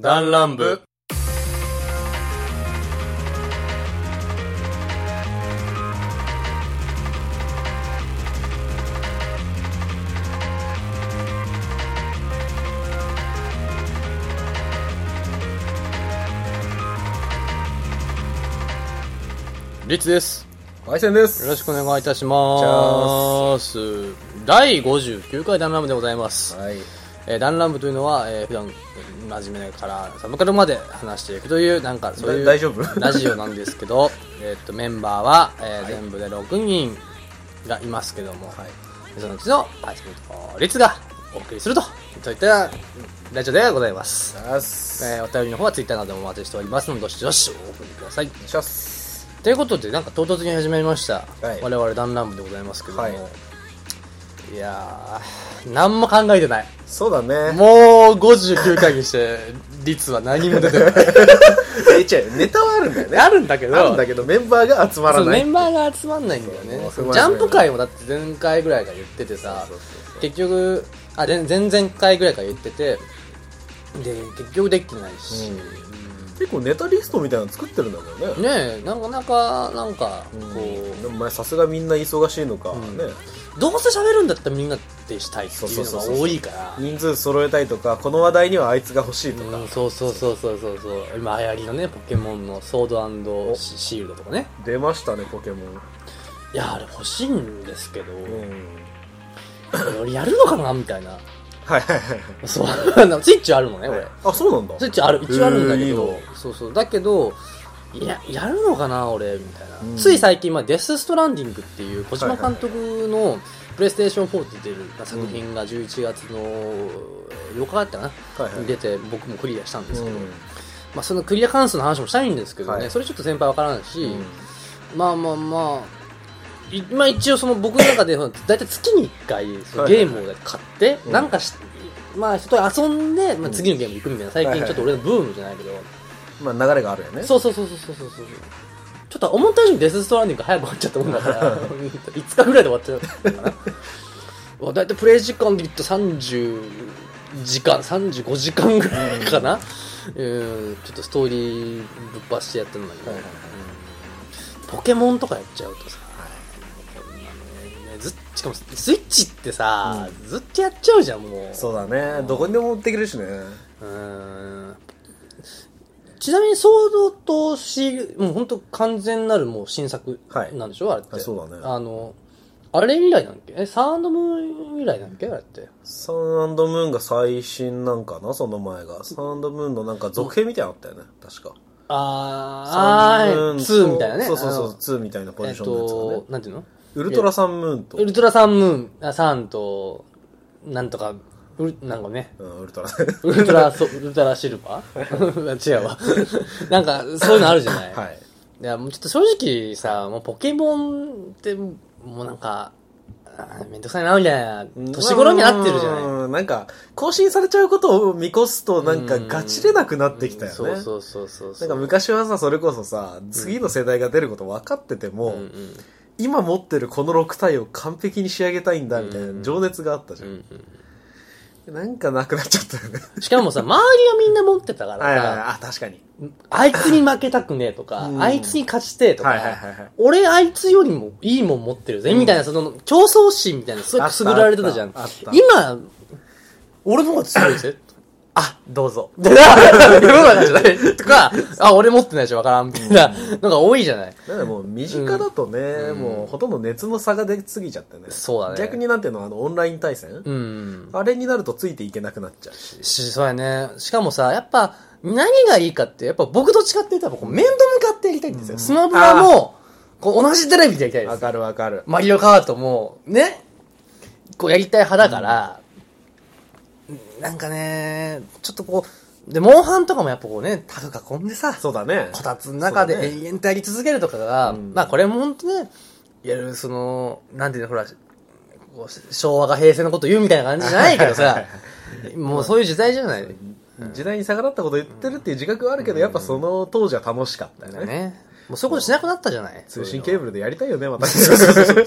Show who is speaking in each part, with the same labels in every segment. Speaker 1: 弾丸部リツです
Speaker 2: 焙煎です
Speaker 1: よろしくお願いいたします第59回弾丸部でございます、
Speaker 2: はい
Speaker 1: えー、弾丸部というのは、えー、普段えー真面目からサブカルまで話していくというなんかそういう
Speaker 2: だ大丈夫
Speaker 1: ラジオなんですけ どえっとメンバーは、えー全部で6人がいますけども、そのうちのパイセンとリツがお送りするとそういったラジオでございます、
Speaker 2: あっす
Speaker 1: えー、お便りの方はツイッターなどもお待ちしておりますのでどしどしお送りください
Speaker 2: お願いします
Speaker 1: ということでなんか唐突に始まりました、
Speaker 2: はい
Speaker 1: 我々弾丸部でございますけども、
Speaker 2: はい
Speaker 1: い、やー何も考えてない
Speaker 2: そうだね
Speaker 1: もう59回にして、率は何も出てない。
Speaker 2: え違うネタはあるんだよ ね
Speaker 1: あるんだけど、
Speaker 2: あるんだけどメンバーが集ま
Speaker 1: そ
Speaker 2: ら
Speaker 1: う
Speaker 2: ない
Speaker 1: メンバーが集まんないんだよね。ジ
Speaker 2: そうそう
Speaker 1: ャンプ界もだって前回ぐらいから言っててさ
Speaker 2: そうそうそう、
Speaker 1: 結局、あ、前前々回ぐらいから言ってて、で、結局できてないし、
Speaker 2: う
Speaker 1: ね
Speaker 2: ん結構ネタリストみたいなの作ってるんだもんね
Speaker 1: え、なかなか、なんか、こ
Speaker 2: うん
Speaker 1: う、
Speaker 2: でもお前さすがみんな忙しいのか
Speaker 1: ん
Speaker 2: ね
Speaker 1: どうせ喋るんだったらみんなでしたいっていうのが多いから、
Speaker 2: 人数揃えたいとかこの話題にはあいつが欲しいとか
Speaker 1: うん、そうそうそうそうそうそう、今流行りのね、ポケモンのソードシシールドとかね。
Speaker 2: 出ましたねポケモン
Speaker 1: いや、あれ欲しいんですけど、
Speaker 2: う ん
Speaker 1: 俺やるのかなみたいな。
Speaker 2: はいはいはい
Speaker 1: そう。あのスイッチあるのね、俺。
Speaker 2: あそうなんだ
Speaker 1: スイッチある、一応あるんだけ
Speaker 2: へーい
Speaker 1: ど
Speaker 2: いな。
Speaker 1: そうそう。だけど、いや、やるのかな俺、みたいな。
Speaker 2: うん
Speaker 1: つい最近、まあ、デス・ストランディングっていう、小島
Speaker 2: はいはいはい
Speaker 1: 監督の、プレイステーション4って出てる作品が11月の8日だったかな、
Speaker 2: はいはい
Speaker 1: 出て、僕もクリアしたんです
Speaker 2: う
Speaker 1: けど、
Speaker 2: ん
Speaker 1: まあ、そのクリア関数の話もしたいんですけどね、
Speaker 2: はい
Speaker 1: それちょっと先輩わからんし、
Speaker 2: うん
Speaker 1: まあまあまあ、いまあ一応その僕の中で、その大体月に1回その
Speaker 2: はい
Speaker 1: ゲームを買って、
Speaker 2: うん
Speaker 1: なんかし、まあ人と遊んで、まあ、
Speaker 2: うん
Speaker 1: 次のゲーム行くみたいな、最
Speaker 2: はい
Speaker 1: 近
Speaker 2: はい
Speaker 1: ちょっと俺のブームじゃないけど、
Speaker 2: まあ流れがあるよね
Speaker 1: そうそうそうそうそうそうそう。ちょっと思った以上にデスストランディングが早く終わっちゃったもんだ から、5日ぐらいで終わっちゃったのかな。うわだいたいプレイ時間で言った30時間、35時間ぐらいかな。うん、ちょっとストーリーぶっ走してやってるんだけど、
Speaker 2: はいはいはい
Speaker 1: ポケモンとかやっちゃうとさ、ねずっしかもスイッチってさ、ずっとやっちゃうじゃんもう
Speaker 2: そうだねどこにでも持っていけるしね
Speaker 1: うーんちなみに、ソードとシール、もう本当完全なるもう新作
Speaker 2: はい
Speaker 1: なんでしょ、あれって。
Speaker 2: はいそうだね
Speaker 1: あの、あれ以来なんっけえ、サードムーン以来なんっけあれって。
Speaker 2: サンドムーンが最新なんかなその前が。サンドムーンのなんか続編みたいなのあったよね、確か。
Speaker 1: あー、
Speaker 2: サンドム
Speaker 1: あ
Speaker 2: ーン
Speaker 1: ー、
Speaker 2: と
Speaker 1: ツーみたいなね。
Speaker 2: そうそう
Speaker 1: あの
Speaker 2: そう、2みたいなポ
Speaker 1: え
Speaker 2: ジ
Speaker 1: っ
Speaker 2: ションのやつだね
Speaker 1: と。、なんていうの
Speaker 2: ウルトラサンムーンと。
Speaker 1: ウルトラサンムーン、あサンと、なんとか、ウルなんかね、
Speaker 2: うん、ウ ルトラ。
Speaker 1: ウルトラソ、ウルトラシルバー 違うわ。なんか、そういうのあるじゃない。
Speaker 2: はい。
Speaker 1: いや、もうちょっと正直さ、もうポケモンって、もうなんか、あーめんどくさいな、みたいな、年頃になってるじゃない。
Speaker 2: うん、なんか、更新されちゃうことを見越すと、なんか、ガチれなくなってきたよね。
Speaker 1: そうそうそうそうそ
Speaker 2: な
Speaker 1: う。
Speaker 2: んか昔はさ、それこそさ、次の世代が出ること分かってても、
Speaker 1: うんうん
Speaker 2: 今持ってるこの6体を完璧に仕上げたいんだ、みたいな情熱があったじゃん。
Speaker 1: うん
Speaker 2: なんかなくなっちゃったよね。
Speaker 1: うんしかもさ、周りはみんな持ってたからさ、
Speaker 2: はいはいはい、 あ、確かに。
Speaker 1: あいつに負けたくねえとか、
Speaker 2: うん
Speaker 1: あいつに勝ちてえとか、
Speaker 2: はいはいはいはい
Speaker 1: 俺あいつよりもいいもん持ってるぜ、みたいな、その、競争心みたいな、すごいくすぐられてたじゃ
Speaker 2: あ
Speaker 1: ん
Speaker 2: ったあった。
Speaker 1: 今、俺の方が強いぜ。あ、どうぞ。で、な、世の中じゃないとか、あ、俺持ってないしわからん、みたいなのが多いじゃない。
Speaker 2: なんかもう身近だとね、もうほとんど熱の差が出すぎちゃってね。
Speaker 1: そうだね
Speaker 2: 逆になんていうの、あの、オンライン対戦、
Speaker 1: うん。
Speaker 2: あれになるとついていけなくなっちゃうし。
Speaker 1: し、そうやね。しかもさ、やっぱ、何がいいかって、やっぱ僕どっちかって言ったら、こう面と向かってやりたいんですよ。スマブラも、こう同じテレビでやりたいです
Speaker 2: わ。かるわかる。
Speaker 1: マリオカートも、ね、こうやりたい派だから、なんかね、ちょっとこう、で、モンハンとかもやっぱこうね、タグ囲んでさ、
Speaker 2: そうだね。
Speaker 1: こたつの中で
Speaker 2: そうだね
Speaker 1: 延々とやり続けるとかが、
Speaker 2: うん
Speaker 1: まあこれも本当ね、いわゆるその、なんていうの、ほら、こう昭和が平成のこと言うみたいな感じじゃないけどさ、もうそういう時代じゃない。
Speaker 2: 時代に逆らったこと言ってるっていう自覚はあるけど、やっぱその当時は楽しかったよね。
Speaker 1: ね。もうそういうことしなくなったじゃない。
Speaker 2: 通
Speaker 1: そういう
Speaker 2: 信
Speaker 1: の
Speaker 2: ケーブルでやりたいよね、また。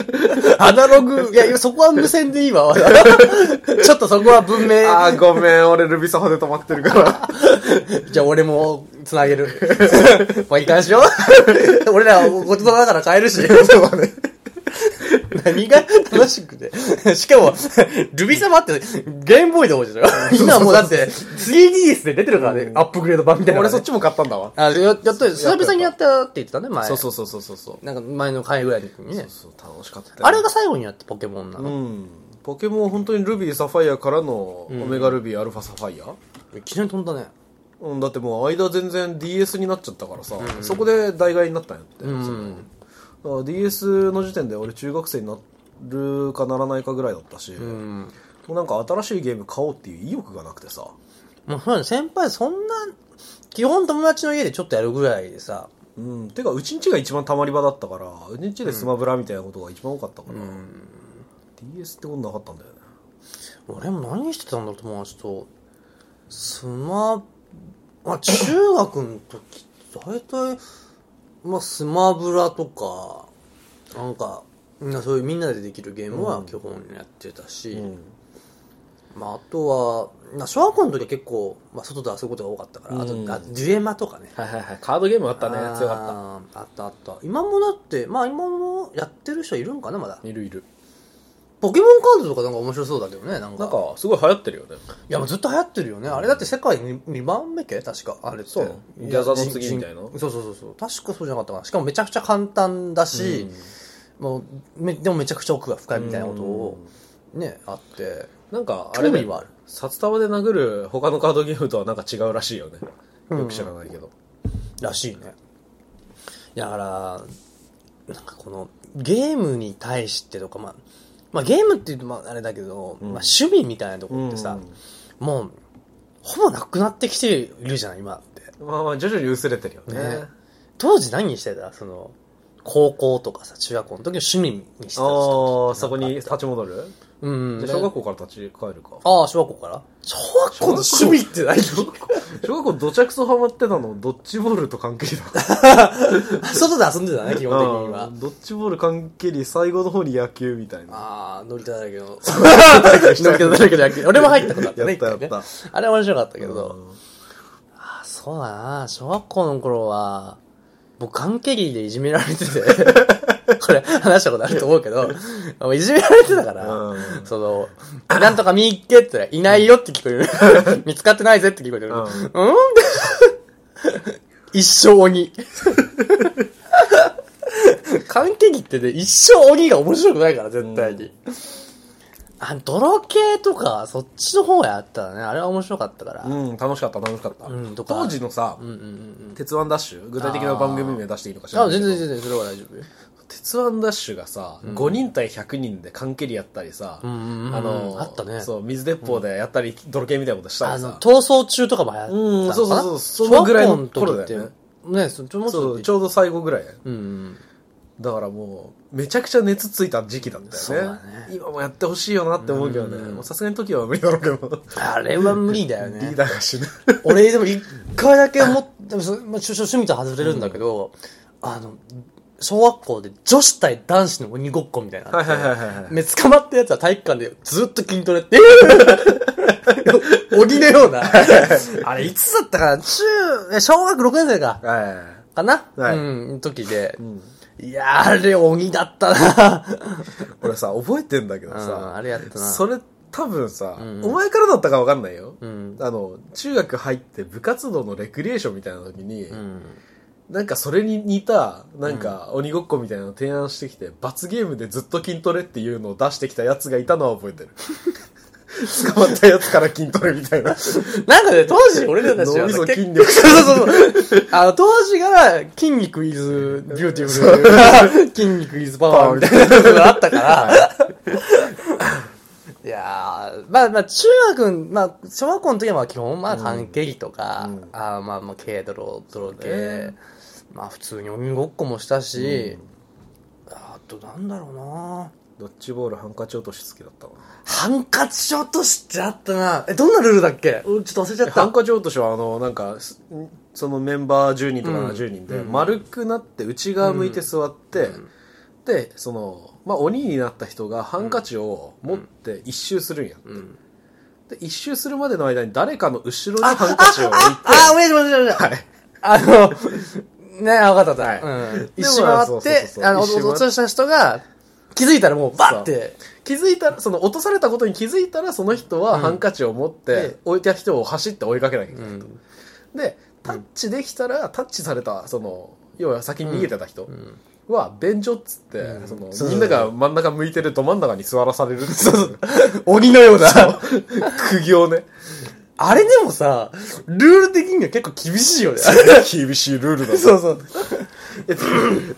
Speaker 1: アナログ、いや、今そこは無線でいい わ。ちょっとそこは文明。
Speaker 2: あーごめん、俺ルビサホで止まってるから。
Speaker 1: じゃあ俺もつなげる。まあ一貫しよう。俺らごちそうだから買えるし。何が楽しくて。しかも、ルビ様ってゲームボーイで欲しいでしょ。今もうだって 3DS で出てるからね、アップグレード版みたいなの
Speaker 2: 俺
Speaker 1: がね、
Speaker 2: そっちも買ったんだわ。
Speaker 1: あ、ややっと、久々にやったって言ってたね、前。
Speaker 2: そうそうそうそうそうそう。
Speaker 1: なんか前の回ぐらいの時にね。
Speaker 2: そう楽しかったよ
Speaker 1: あれが最後にやったポケモンな
Speaker 2: う
Speaker 1: の。
Speaker 2: んポケモンは本当にルビーサファイアからのオメガルビーアルファサファイア、
Speaker 1: いきなり飛んだね。
Speaker 2: うん、だってもう間全然 DS になっちゃったからさ、そこで代替えになったんやって、
Speaker 1: うん。
Speaker 2: だから DS の時点で俺中学生になるかならないかぐらいだったし、
Speaker 1: うん。
Speaker 2: もうなんか新しいゲーム買おうっていう意欲がなくてさ
Speaker 1: もうそうだね先輩そんな、基本友達の家でちょっとやるぐらいでさ、
Speaker 2: うんてかうちんちが一番たまり場だったからうちんちでスマブラみたいなことが一番多かったから、DS ってことなかったんだよね
Speaker 1: 俺も何してたんだろう友達と。スマ、あ、中学の時、大体、まあ、スマブラとか、なんか、みんなそういうみんなでできるゲームは基本やってたし、
Speaker 2: うん
Speaker 1: まあ、あとは、まあ、小学校の時は結構、まあ、外で遊ぶことが多かったから、あと
Speaker 2: うん
Speaker 1: あとデュエマとかね。
Speaker 2: はいはいはいカードゲームあっ
Speaker 1: った。あったあった。今もだって、まあ今もやってる人いるんかな、まだ。
Speaker 2: いるいる
Speaker 1: ポケモンカードとかなんか面白そうだけどね、なんか。
Speaker 2: なんかすごい流行ってるよね
Speaker 1: いや、もうずっと流行ってるよね。あれだって世界に2番目系確か。あれって。
Speaker 2: そう
Speaker 1: や
Speaker 2: ギャザーの次みたいな
Speaker 1: 人そうそうそうそう。確かそうじゃなかったかな。しかもめちゃくちゃ簡単だし、もうめ、でもめちゃくちゃ奥が深いみたいなことを、ね、あって。
Speaker 2: なんかあ
Speaker 1: 興
Speaker 2: れだ
Speaker 1: 味
Speaker 2: よ
Speaker 1: はある。
Speaker 2: 札束で殴る他のカードゲームとはなんか違うらしいよね。よく知らないけど。
Speaker 1: らしいね。だから、なんかこの、ゲームに対してとか、まあ、まあゲームって言うとまああれだけど、まあ趣味みたいなところってさ、もう、ほぼなくなってきているじゃん、今って。
Speaker 2: まあまあ徐々に薄れてるよね。
Speaker 1: ね当時何してたその、高校とかさ、中学校の時の趣味にしてた
Speaker 2: ああ、そこに立ち戻る、
Speaker 1: うん。
Speaker 2: じゃあ小学校から立ち帰るか。
Speaker 1: ああ、小学校から小学校の趣味って何
Speaker 2: 小学校どちゃくそハマってたの、ドッジボールと関 係だ。
Speaker 1: 外で遊んでたね、基
Speaker 2: う
Speaker 1: 本的には
Speaker 2: ん。ドッジボール関係り最後の方に野球みたいな。
Speaker 1: ああ、乗り手だらけ の。乗り手だらけの野球。俺も入ったことあったね。
Speaker 2: やったやった
Speaker 1: 一回ねあれは面白かったけ
Speaker 2: う
Speaker 1: ど。
Speaker 2: ん
Speaker 1: あそうだな。小学校の頃は、僕、缶蹴りでいじめられ てて、これ話したことあると思うけど、あのいじめられてたから、
Speaker 2: うん
Speaker 1: その、なんとか見っけって言ったら、いないよって聞こえ る。見つかってないぜって聞こえる。
Speaker 2: うん
Speaker 1: うん一生 鬼。関係ってね、一生鬼が面白くないから、絶対に。あ、泥系とか、そっちの方やったらね。あれは面白かったから。
Speaker 2: うん、楽しかった楽しかった。
Speaker 1: うんとか
Speaker 2: 当時のさ、
Speaker 1: うんうんうん。
Speaker 2: 鉄腕ダッシュ具体的な番組名出していいのか知ら
Speaker 1: あ、
Speaker 2: ないけ
Speaker 1: 全
Speaker 2: ど。
Speaker 1: 然全然、それは大丈夫よ。
Speaker 2: 鉄腕ダッシュがさ、5人対100人で缶蹴りやったりさ、
Speaker 1: んうんうん
Speaker 2: あの、
Speaker 1: あったね
Speaker 2: そう、水鉄砲でやったり、泥系みたいなことした
Speaker 1: あ
Speaker 2: り
Speaker 1: の、
Speaker 2: さ、
Speaker 1: 逃走中とかも流行ったのかな
Speaker 2: うんそうそうそうそ
Speaker 1: 小
Speaker 2: の
Speaker 1: 学
Speaker 2: ぐらい
Speaker 1: 校
Speaker 2: の
Speaker 1: の
Speaker 2: 頃
Speaker 1: 時
Speaker 2: だ
Speaker 1: って
Speaker 2: よね。
Speaker 1: ね、そちょもうち
Speaker 2: そ
Speaker 1: ょっ
Speaker 2: う、
Speaker 1: と
Speaker 2: ちょうど最後ぐらい。
Speaker 1: うんうん。
Speaker 2: だからもう、めちゃくちゃ熱ついた時期だった
Speaker 1: そう
Speaker 2: よ
Speaker 1: だ
Speaker 2: ね。今もやってほしいよなって思うけどね。もうさすがに時は無理だろう けど。
Speaker 1: あれは無理だよ
Speaker 2: リ
Speaker 1: ね。
Speaker 2: ーダーが死ぬ。
Speaker 1: 俺、でも一回だけ思 って、そまあ、ちょちょ趣味と外れるんだけど、あの、小学校で女子対男子の鬼ごっこみたいなのあって。
Speaker 2: はいはいはいはい
Speaker 1: 目捕まったやつは体育館でずっと筋トレって、鬼のよう な。あれ、いつだったかな中、え小学6年生か。
Speaker 2: は
Speaker 1: かな、
Speaker 2: はい
Speaker 1: うん、時で。
Speaker 2: ん
Speaker 1: いやー、あれ鬼だったな
Speaker 2: い。俺さ、覚えてんだけど
Speaker 1: うん、
Speaker 2: さ
Speaker 1: あ、れやったな。
Speaker 2: それ多分さ、
Speaker 1: ん
Speaker 2: お前からだったかわかんないよ。
Speaker 1: うん。
Speaker 2: あの、中学入って部活動のレクリエーションみたいな時に、
Speaker 1: うん。
Speaker 2: なんかそれに似た、なんか鬼ごっこみたいなの提案してきて、罰ゲームでずっと筋トレっていうのを出してきたやつがいたのは覚 えてる。捕まったやつから筋トレみたいな。
Speaker 1: なんかね、当時 俺らたち
Speaker 2: 脳
Speaker 1: は
Speaker 2: み
Speaker 1: さ
Speaker 2: そ
Speaker 1: 結
Speaker 2: 筋力。
Speaker 1: そうそうそう。あの、当時から、筋肉イズビューティ フル、筋肉イズパワーみたいなのがあったから、いやー、まあまあ、中学、まあ、小学校の時はまあ基本、まあ、関係とか、
Speaker 2: うん
Speaker 1: あーまあまあ、軽泥、泥系、
Speaker 2: ね
Speaker 1: まあ、普通に鬼ごっこもしたし、あと、なんだろうな
Speaker 2: ドッジボールハンカチ落とし好きだったな。
Speaker 1: ハンカチ落としってあったなえ、どんなルールだっけうん、ちょっと忘れちゃっ
Speaker 2: ハン
Speaker 1: た。
Speaker 2: カチ落としはあの、なんか、すそのメンバー10人とか
Speaker 1: うん
Speaker 2: 7 0人で、丸くなって内側向いて座って、で、その、まあ、鬼になった人がハンカチを持って一周するんやって。
Speaker 1: ん
Speaker 2: で、一周するまでの間に誰かの後ろにハンカチを置 いて、
Speaker 1: あ、おめでとうございます。
Speaker 2: はい。
Speaker 1: あの、ね、わかったわかった。
Speaker 2: はい
Speaker 1: うん。
Speaker 2: で
Speaker 1: 一周
Speaker 2: ま
Speaker 1: 回
Speaker 2: あそう
Speaker 1: っ
Speaker 2: そうそう
Speaker 1: て
Speaker 2: そ、う
Speaker 1: あの、
Speaker 2: 一周回って
Speaker 1: 落とした人が、気づいたらもう、バッて。
Speaker 2: 気づいたら、その落とされたことに気づいたら、その人はハンカチを持って
Speaker 1: で、
Speaker 2: 置いた人を走って追いかけなきゃいけ
Speaker 1: う
Speaker 2: ない。
Speaker 1: ん。
Speaker 2: で、タッチできたら、タッチされた、その、要は先に逃げてた人
Speaker 1: ん
Speaker 2: は、便所っつって、
Speaker 1: うん
Speaker 2: その
Speaker 1: そうそうそう
Speaker 2: みんなが真ん中向いてるど真ん中に座らされるっていう
Speaker 1: 鬼のような。
Speaker 2: 苦 行ね。
Speaker 1: あれでもさ、ルール的には結構厳しいよね。
Speaker 2: 厳しいルールだ
Speaker 1: そうそう。
Speaker 2: え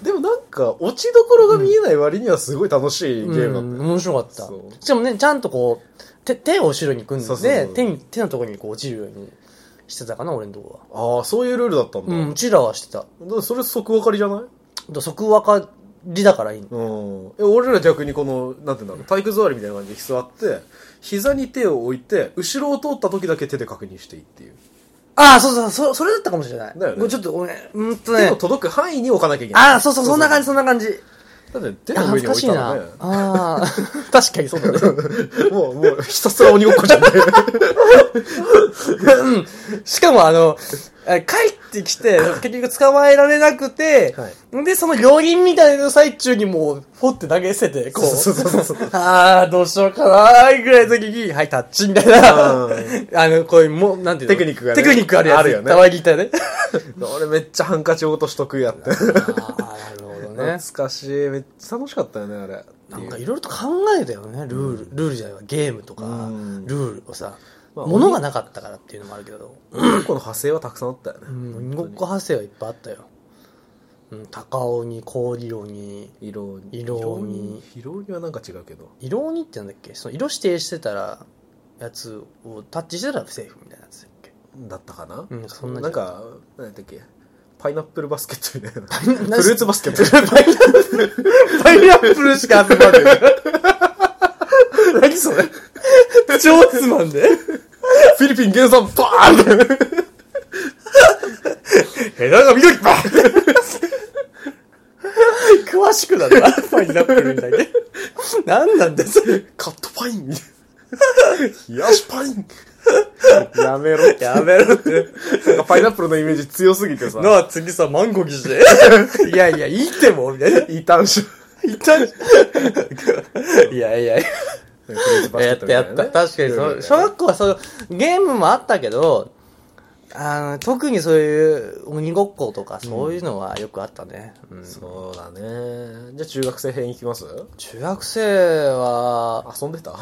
Speaker 2: でもなんか、落ちどころが見えない割にはすごい楽しいゲームだったよ
Speaker 1: うん、面白かった
Speaker 2: そう。
Speaker 1: しかもね、ちゃんとこう、手、手を後ろに組んで、
Speaker 2: そうそうそう
Speaker 1: 手に、手のところにこう落ちるようにしてたかな、俺のとこは。
Speaker 2: ああ、そういうルールだったんだ。
Speaker 1: うん、うちらはしてた。だか
Speaker 2: だからそれ即分かりじゃない
Speaker 1: ら即若りだからいいの。
Speaker 2: うん。え、俺ら逆にこの、なんていうんだろう、体育座りみたいな感じで座って、膝に手を置いて、後ろを通った時だけ手で確認していいっていう。
Speaker 1: ああ、そうそう、そそれだったかもしれない。
Speaker 2: だよね
Speaker 1: もうちょっとごめん、うーんと
Speaker 2: 手
Speaker 1: ね
Speaker 2: の。届く範囲に置かなきゃいけない。
Speaker 1: ああ、そうそう、そんな感じ、そんな感じ。
Speaker 2: じ。だって手の
Speaker 1: 恥ず
Speaker 2: 上に
Speaker 1: か
Speaker 2: 置
Speaker 1: し
Speaker 2: い
Speaker 1: い
Speaker 2: たら
Speaker 1: な
Speaker 2: ね。。
Speaker 1: ああ、 確かにそうだね。
Speaker 2: もう、もう、ひたすら鬼ごっこじゃんね。
Speaker 1: しかもあの、え帰ってきて、結局捕まえられなくて、で、その両輪みたいな最中にもう、ポって投げ捨てて、こう。
Speaker 2: そうそうそうそう。
Speaker 1: ああ、どうしようかなーぐらいの時に、はい、タッチみたいな。
Speaker 2: う
Speaker 1: あ
Speaker 2: ん
Speaker 1: の、こういう、もう、なんていうの
Speaker 2: テクニックがね
Speaker 1: テクニックあるやつ。
Speaker 2: あるよね
Speaker 1: たまにいたね。
Speaker 2: 俺めっちゃハンカチ落とし得意やって。
Speaker 1: ああ、なるほどね
Speaker 2: 懐。かしい。めっちゃ楽しかったよね、あれ。
Speaker 1: なんかいろいろと考えたよね、ルール。ルールじゃないわ、ゲームとか、ル
Speaker 2: うん
Speaker 1: ールをさ。
Speaker 2: まあ
Speaker 1: 物がなかったからっていうのもあるけど、
Speaker 2: 鬼ごっこの派生はたくさんあったよね。
Speaker 1: うん、ごっこ派生はいっぱいあったよ。うん、高鬼、氷鬼、
Speaker 2: 色鬼。
Speaker 1: 色鬼
Speaker 2: 色鬼はなんか違うけど。
Speaker 1: 色鬼ってなんだっけその色指定してたら、やつをタッチしてたらセーフみたいなやつだっけ
Speaker 2: だったかな、
Speaker 1: うんそんな
Speaker 2: なんか、何やったっけパイナップルバスケットみたいな。
Speaker 1: イ
Speaker 2: フルーツバスケット。
Speaker 1: パイナップル しか集まってない。何それ超つまんで。
Speaker 2: フィリピン原産バーンって
Speaker 1: 枝が緑バー詳しくな った。パイナップルみたいで。何なんだよそれ。
Speaker 2: カットパインみたいな。冷やしパインやめろ。
Speaker 1: やめろって。
Speaker 2: なんかパイナップルのイメージ強すぎてさ。
Speaker 1: なあ、次さ、マンゴーに して。いやいや、いいっても、みたいな。
Speaker 2: 異端種。
Speaker 1: いたんじゃん いやいや。
Speaker 2: フルーツバスケ
Speaker 1: や
Speaker 2: ッ
Speaker 1: っ
Speaker 2: ト
Speaker 1: た
Speaker 2: みた
Speaker 1: や
Speaker 2: いな
Speaker 1: っ
Speaker 2: ね、
Speaker 1: た。確かにその、小学校はそう、ゲームもあったけど、あの、特にそういう鬼ごっことかそういうのはよくあったね。うん
Speaker 2: そうだね。じゃあ中学生編いきます
Speaker 1: 中学生は、
Speaker 2: 遊んでた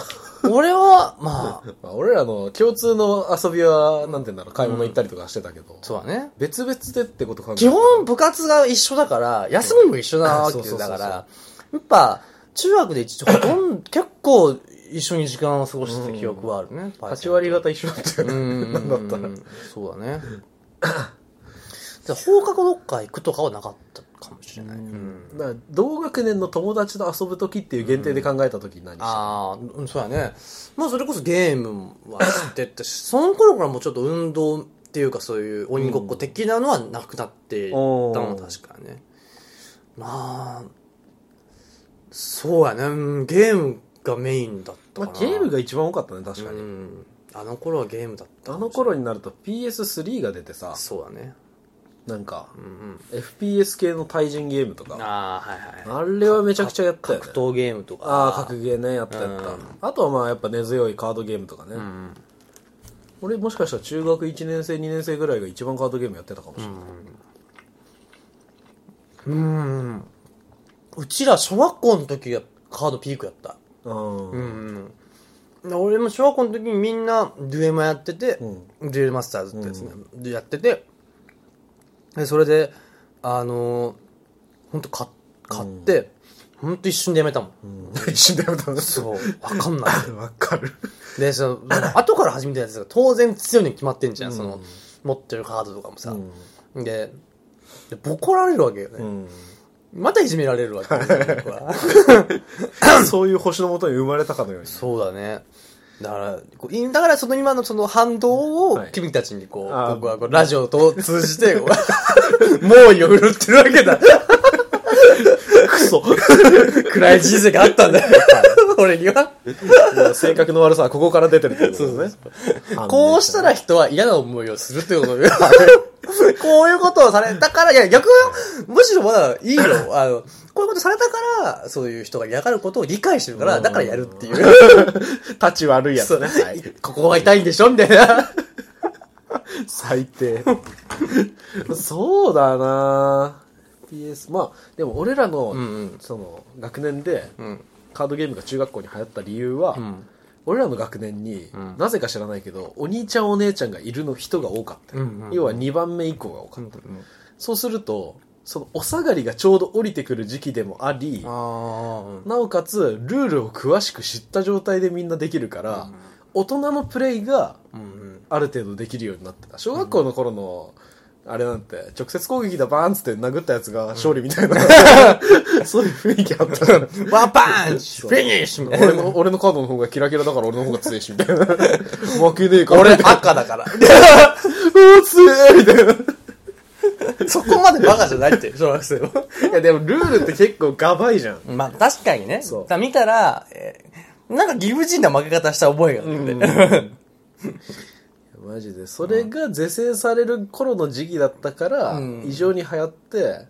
Speaker 1: 俺は、まあ、
Speaker 2: まあ俺らの共通の遊びは、なんて言うんだろう、買い物行ったりとかしてたけど。
Speaker 1: そうだね。
Speaker 2: 別々でってこと考え
Speaker 1: 基本部活が一緒だから、休みも一緒なわけ
Speaker 2: そうそうそう
Speaker 1: だ
Speaker 2: そう
Speaker 1: から、やっぱ、中学で一応ほとんど、結構一緒に時間を過ごしてた記憶はあるね。パイセ
Speaker 2: 8
Speaker 1: ン
Speaker 2: 割方一緒だったよね。なんだったら。
Speaker 1: そうだねで放課後どっか行くとかはなかったかもしれない、うん
Speaker 2: だから同学年の友達と遊ぶ時っていう限定で考えた時に何した、
Speaker 1: ああうんそうやねまあそれこそゲームはしてたし その頃からもうちょっと運動っていうかそういう鬼ごっこ的なのはなくなっていったの
Speaker 2: うん
Speaker 1: 確かねまあそうやねうんゲームがメインだったかな
Speaker 2: まあ、ゲームが一番多かったね確か
Speaker 1: う
Speaker 2: に、
Speaker 1: んあの頃はゲームだった
Speaker 2: あの頃になると PS3 が出てさ
Speaker 1: そうだね
Speaker 2: なんか
Speaker 1: うんうん
Speaker 2: FPS 系の対人ゲームとか
Speaker 1: ああはいはい
Speaker 2: あれはめちゃくちゃやったよね
Speaker 1: 格闘ゲームとか
Speaker 2: ああ格ゲーねやったやった、
Speaker 1: うん
Speaker 2: あとはまあやっぱ根強いカードゲームとかね、
Speaker 1: うん
Speaker 2: 俺もしかしたら中学1年生2年生ぐらいが一番カードゲームやってたかもしれない、
Speaker 1: うんうちら小学校の時がカードピークやった
Speaker 2: うん
Speaker 1: うん俺も小学校の時にみんなデュエマやってて、デュエルマスターズってやつね、でやっててでそれであのー、本当買買って、ほん、本当一瞬でやめたもん、
Speaker 2: 一瞬でやめた の
Speaker 1: そう分かんない
Speaker 2: わかる
Speaker 1: でその後から始めたやつが当然強いに決まってんじゃん、その持ってるカードとかもさ、ででボコられるわけよね、
Speaker 2: うん
Speaker 1: またいじめられるわけですよ僕は
Speaker 2: そういう星のもとに生まれたかのように
Speaker 1: そうだね。だから、こういだからその今のその反動を
Speaker 2: はい
Speaker 1: 君たちにこう、
Speaker 2: あー
Speaker 1: 僕はこうラジオと通じて、こう猛威を振るってるわけだ。
Speaker 2: クソ
Speaker 1: 暗い人生があったんだよ。俺には。
Speaker 2: もう性格の悪さはここから出てるけど。そうですね
Speaker 1: こうしたら人は嫌な思いをするってことよ。 こういうことをされたから、いや、逆よ。むしろまだいいよ。あの、こういうことされたから、そういう人が嫌がることを理解してるから、だからやるっていう。
Speaker 2: タチ悪いや
Speaker 1: そ
Speaker 2: つ
Speaker 1: う
Speaker 2: ね。
Speaker 1: ね
Speaker 2: はい。
Speaker 1: ここが痛いんでしょみたい な。
Speaker 2: 最低。そうだな PS、まあ、でも俺らの、
Speaker 1: んうん
Speaker 2: その、学年で、
Speaker 1: うん。
Speaker 2: カードゲームが中学校に流行った理由は、
Speaker 1: うん。
Speaker 2: 俺らの学年に、
Speaker 1: ん
Speaker 2: なぜか知らないけど、お兄ちゃんお姉ちゃんがいるの人が多かった。
Speaker 1: うんうんうん
Speaker 2: 要は2番目以降が多かった。そうすると、そのお下がりがちょうど降りてくる時期でもあり、
Speaker 1: あ
Speaker 2: なおかつ、ルールを詳しく知った状態でみんなできるから、大人のプレイが
Speaker 1: あ。うん
Speaker 2: ある程度できるようになってた。小学校の頃の、あれなんて、直接攻撃だバーンっつって殴ったやつが勝利みた いな、そういう雰囲気あったから。
Speaker 1: うん。ワンパンチ
Speaker 2: そう
Speaker 1: フィニッシュみたいな
Speaker 2: 俺の、俺のカードの方がキラキラだから俺の方が強いし、みたい な。負けねえから。
Speaker 1: 俺
Speaker 2: みたいな
Speaker 1: 赤だから。
Speaker 2: うお強えみたいな。
Speaker 1: そこまでバカじゃないって、小学生は。
Speaker 2: いや、でもルールって結構ガバいじゃん。
Speaker 1: まあ確かにね。
Speaker 2: そう
Speaker 1: だから見たら、えーなんか理不尽な負け方した覚えがあるんで。
Speaker 2: マジで。それが是正される頃の時期だったから、
Speaker 1: うん
Speaker 2: 異常に流行って、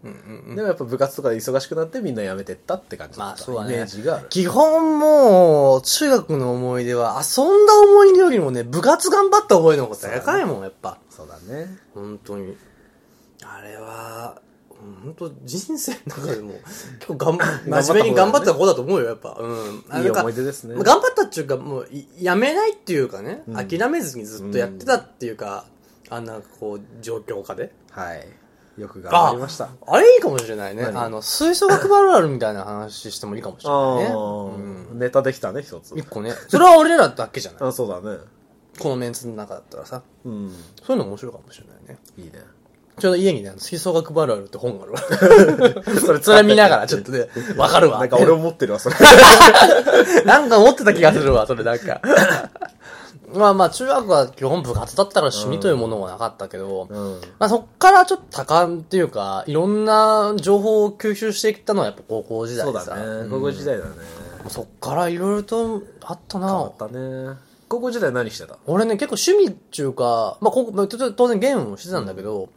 Speaker 2: でもやっぱ部活とかで忙しくなってみんな辞めてったって感じだ
Speaker 1: ま
Speaker 2: っ
Speaker 1: あ
Speaker 2: た、
Speaker 1: そうだね。
Speaker 2: イメージがある。
Speaker 1: 基本もう、中学の思い出は、遊んだ思い出よりもね、部活頑張った思い出のことでかいもん、やっぱ。
Speaker 2: そうだね。
Speaker 1: 本当に。あれは、本当人生の中で も、結構頑張、真面目に頑張った方だと思うよ、やっぱ。うん。あ
Speaker 2: いい思い出ですね
Speaker 1: なんか頑張ったっていうか、もう、いやめないっていうかね、諦めずにずっとやってたっていうか、あんな、こう、状況下で。
Speaker 2: はい。よく頑張りました。
Speaker 1: あれいいかもしれないね。
Speaker 2: 何
Speaker 1: あの、吹奏楽部あるあるみたいな話してもいいかもしれ
Speaker 2: あ
Speaker 1: ないね。
Speaker 2: ー
Speaker 1: うん
Speaker 2: ネタできたね、一つ。
Speaker 1: 一個ね。それは俺らだけじゃない。
Speaker 2: あ、そうだね。
Speaker 1: このメンツの中だったらさ。
Speaker 2: うん。
Speaker 1: そういうの面白いかもしれないね。
Speaker 2: いいね。
Speaker 1: ちょうど家にね、あの吹奏楽バルあるって本があるわ。それ、それ見ながらちょっとね、わかるわ。
Speaker 2: なん か俺も持ってるわ、それ。
Speaker 1: なんか思ってた気がするわ、それなん か。まあまあ、中学は基本部活だったから趣味というものもなかったけど、
Speaker 2: うん。
Speaker 1: まあそっからちょっと多感っていうか、いろんな情報を吸収してきたのはやっぱ高校時代
Speaker 2: そう
Speaker 1: さ。
Speaker 2: だね。高校時代だね。
Speaker 1: そっからいろいろとあった
Speaker 2: 変わ
Speaker 1: な
Speaker 2: ったね。高校時代何してた
Speaker 1: 俺ね、結構趣味っていうか、まあ、ここまあちょっと当然ゲームもしてたんだけど、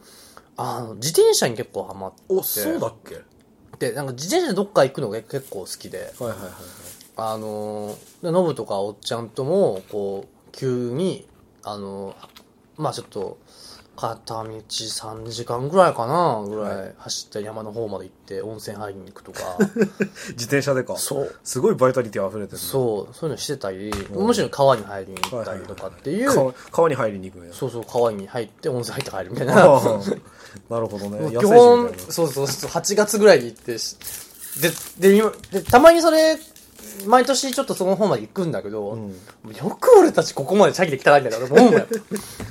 Speaker 1: あの、自転車に結構ハマって、
Speaker 2: お、そうだっけ
Speaker 1: で、なんか自転車でどっか行くのが結構好きで、
Speaker 2: はいはいはいはい。
Speaker 1: あのー、でノブとかおっちゃんとも、こう、急に、あのー、まあちょっと、片道3時間ぐらいかな、ぐらい走って山の方まで行って温泉入りに行くと か、
Speaker 2: 自転車でか。
Speaker 1: そう。
Speaker 2: すごいバイタリティ溢れてるね。
Speaker 1: そう、そういうのしてたり、むしろ川に入りに行ったりとかっていう、
Speaker 2: 川川に入りに行くんや。
Speaker 1: そうそう、川に入って温泉入って帰るみたい
Speaker 2: あ
Speaker 1: な。
Speaker 2: あ なるほどね。
Speaker 1: 基
Speaker 2: 野生児み
Speaker 1: 本
Speaker 2: たい、な
Speaker 1: そうそうそう、8月ぐらいに行ってし、で、で、今で、たまにそれ、毎年ちょっとその方まで行くんだけど、よく俺たちここまでチャギで来たなみたいな、思うも んよ。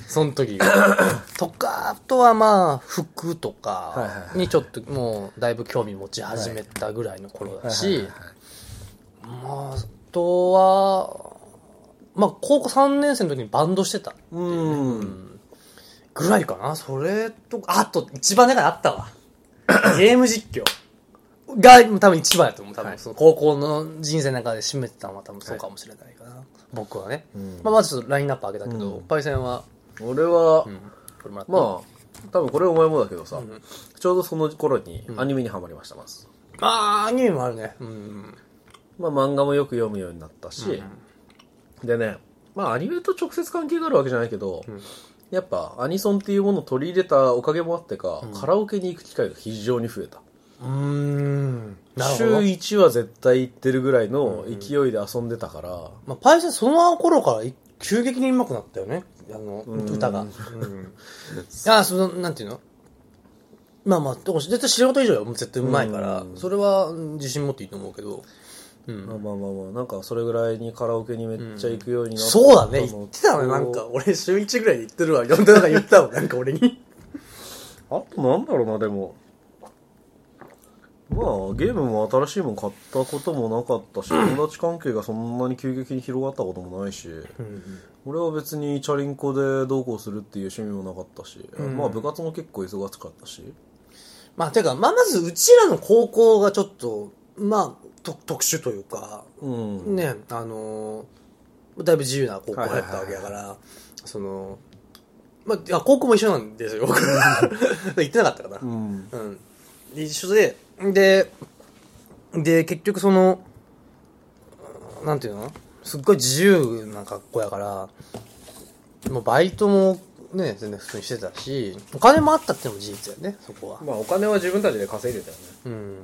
Speaker 1: その時。とか、あとはまあ、服と
Speaker 2: はいはい
Speaker 1: か
Speaker 2: は
Speaker 1: にちょっともう、だいぶ興味持ち始めたぐらいの頃だ
Speaker 2: はいは
Speaker 1: し
Speaker 2: い、
Speaker 1: まあ、あとは、まあ、高校3年生の時にバンドしてた。
Speaker 2: うん。
Speaker 1: ぐらいかなそれとか、あと、一番長いのあったわ。 ゲーム実況。が、多分一番やと思う。多分、その高校の人生の中で占めてたのは多分そうかもしれないかな。僕はね。まあ、まずちょっとラインナップ上げたけど、パイセンは、
Speaker 2: 俺は
Speaker 1: う、ん、これもらって。
Speaker 2: まあ、多分これお前もだけどさ、ちょうどその頃にアニメにハマりました、まず。
Speaker 1: まあ、アニメもあるね。うん。
Speaker 2: まあ漫画もよく読むようになったし、でね、まあアニメと直接関係があるわけじゃないけど、やっぱアニソンっていうものを取り入れたおかげもあってか、カラオケに行く機会が非常に増えた。
Speaker 1: うーん。なるほ
Speaker 2: 週
Speaker 1: ど。
Speaker 2: 1は絶対行ってるぐらいの勢いで遊んでたから、
Speaker 1: まあ、パイセンその頃からい急激に上手くなったよね。あの、歌が。うん。あ、その、なんていうのまあまあ、でも絶対素人以上は絶対上手いから、それはうん自信持っていいと思うけど。
Speaker 2: まあまあまあまあ、なんかそれぐらいにカラオケにめっちゃ行くようになった、
Speaker 1: そうだね、言ってたのよなんか。俺、週1ぐらいで言ってるわ。呼んでなんか言ったの、なんか俺に。
Speaker 2: あとなんだろうな、でも。まあ、ゲームも新しいもん買ったこともなかったし、友達関係がそんなに急激に広がったこともないし、俺は別にチャリンコでどうこうするっていう趣味もなかったし、まあ部活も結構忙しかったし、
Speaker 1: まあ、てか、まあ、まず、うちらの高校がちょっと、まあ、と特殊というか、
Speaker 2: うん。
Speaker 1: ね、あのーだいぶ自由な高校だったわけだから、その、まあ、いや高校も一緒なんですよ、僕 行ってなかったかな。
Speaker 2: うん。
Speaker 1: うん。で一緒で、で、で、結局その、なんていうのすっごい自由な格好やから、もうバイトもね、全然普通にしてたし、お金もあったってのも事実だよね、そこは。
Speaker 2: まあ、お金は自分たちで稼いでたよね。
Speaker 1: うん。ま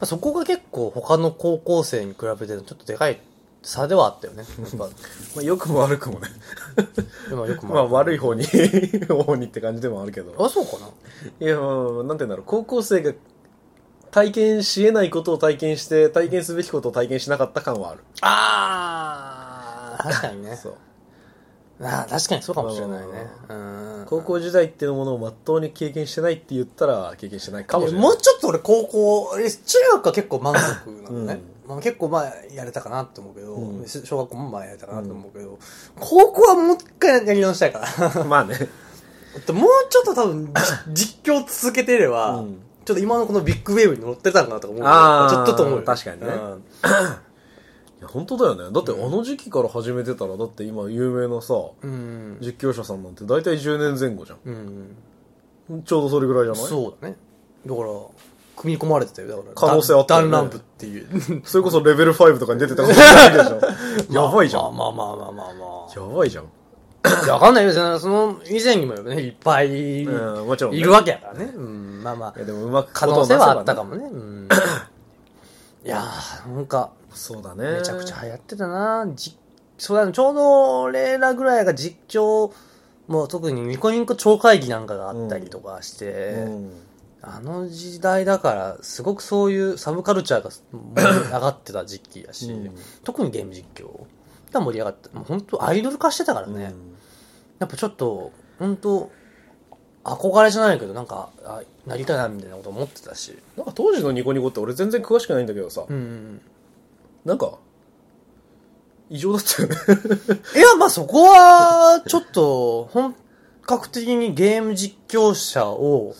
Speaker 1: あ、そこが結構他の高校生に比べてのちょっとでかい差ではあったよね。やっぱ、
Speaker 2: まあ、良くも悪くもね。
Speaker 1: 今よく
Speaker 2: まあ、
Speaker 1: あ
Speaker 2: 悪い方に、 方にって感じでもあるけど。
Speaker 1: あ、そうかな。
Speaker 2: いや、まあまあなんて言うんだろう。高校生が体験し得ないことを体験して、体験すべきことを体験しなかった感はある。
Speaker 1: ああ確かにね。
Speaker 2: そう。
Speaker 1: ああ確かにそうかもしれないね。うん。
Speaker 2: 高校時代っていうものをまっとうに経験してないって言ったら、経験してないかもしれない。
Speaker 1: もうちょっと俺高校、え中学は結構満足なのね。まあ、結構まあやれたかなって思うけど、
Speaker 2: うん
Speaker 1: 小学校もまあやれたかなと思うけど、高校はもう一回やり直したいから。
Speaker 2: ま あね。
Speaker 1: でもうちょっと多分、じ 実況続けていれば、
Speaker 2: うん
Speaker 1: ちょっと今のこのビッグウェーブに乗ってたんかなとか思う。
Speaker 2: あー
Speaker 1: ちょっとと思うよ。
Speaker 2: 確かにね
Speaker 1: う ん
Speaker 2: いや、本当だよね。だって、あの時期から始めてたら、だって今有名なさ、
Speaker 1: うん。
Speaker 2: 実況者さんなんて大体10年前後じゃん。
Speaker 1: うん。
Speaker 2: ちょうどそれぐらいじゃない
Speaker 1: そうだね。だから、組み込まれてたよ。だから、
Speaker 2: 可能性あったよ
Speaker 1: ダ
Speaker 2: ね
Speaker 1: ンランプっていう。
Speaker 2: それこそレベル5とかに 出てたことないわけでしょ。 やばいじゃん。
Speaker 1: まあまあまあまあまあ
Speaker 2: やばいじゃん。
Speaker 1: まあ。いやわかんないよ。その、以前にもね、いっぱい、
Speaker 2: うん、もちろんね、
Speaker 1: いるわけやからね。うん、まあまあ
Speaker 2: い。や、でもうまく
Speaker 1: 可能性はあったか
Speaker 2: も。
Speaker 1: もね。 うん。いやー、なんか、
Speaker 2: そうだね。
Speaker 1: めちゃくちゃ流行ってたなじそうだね、ちょうど俺らぐらいが実況、もう特にニコニコ超会議なんかがあったりとかして、
Speaker 2: うん。
Speaker 1: あの時代だから、すごくそういうサブカルチャーが盛り上がってた時期やし、
Speaker 2: うん
Speaker 1: 特にゲーム実況が盛り上がった。もう本当アイドル化してたからね。やっぱちょっと、本当憧れじゃないけど、なんか、あなりたいなみたいなこと思ってたし。
Speaker 2: なんか当時のニコニコって俺全然詳しくないんだけどさ、
Speaker 1: うん。
Speaker 2: なんか、異常だっ たよね。
Speaker 1: いや、まあそこは、ちょっと、本格的にゲーム実況者を、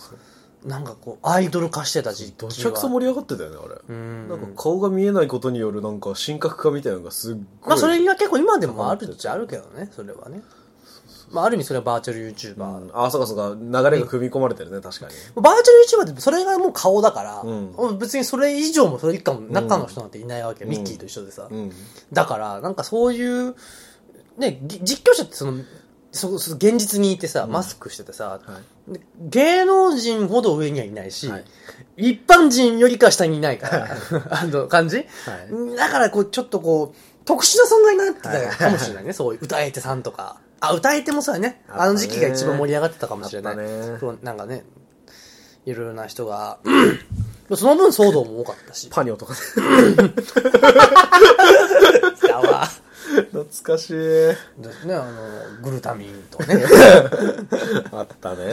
Speaker 1: なんかこう、アイドル化してた時期は。
Speaker 2: めちゃくちゃ盛り上がってたよね、あれ。
Speaker 1: うん。
Speaker 2: なんか顔が見えないことによるなんか神格化みたいなのがすっごい。
Speaker 1: まあそれが結構今でもあるっちゃあるけどね、それはね。まあある意味それはバーチャル YouTuber。
Speaker 2: ああ、そうかそうか、流れが組み込まれてるね、確かに。
Speaker 1: バーチャル YouTuber ってそれがもう顔だから、
Speaker 2: うん
Speaker 1: 別にそれ以上もそれ以下も中の人なんていないわけ、
Speaker 2: ん
Speaker 1: ミッキーと一緒でさ。
Speaker 2: うん。
Speaker 1: だから、なんかそういう、ね、ぎ実況者ってその、そそ現実にいてさ、マスクしててさ、
Speaker 2: はい。
Speaker 1: で芸能人ほど上にはいないし、
Speaker 2: はい
Speaker 1: 一般人よりか下にいないから、あの感じ、だからこう、ちょっとこう、特殊な存在になってたかもしれないね、そういう歌い手さんとか。あ、歌い手もそうやね。
Speaker 2: あったね
Speaker 1: あの時期が一番盛り上がってたかもしれな
Speaker 2: あったね
Speaker 1: い。そうなんかね、いろいろな人が、その分騒動も多かったし。
Speaker 2: パニオとかね。
Speaker 1: だわ。
Speaker 2: 懐かしい。
Speaker 1: ですね、あの、グルタミンと かね。
Speaker 2: あったね。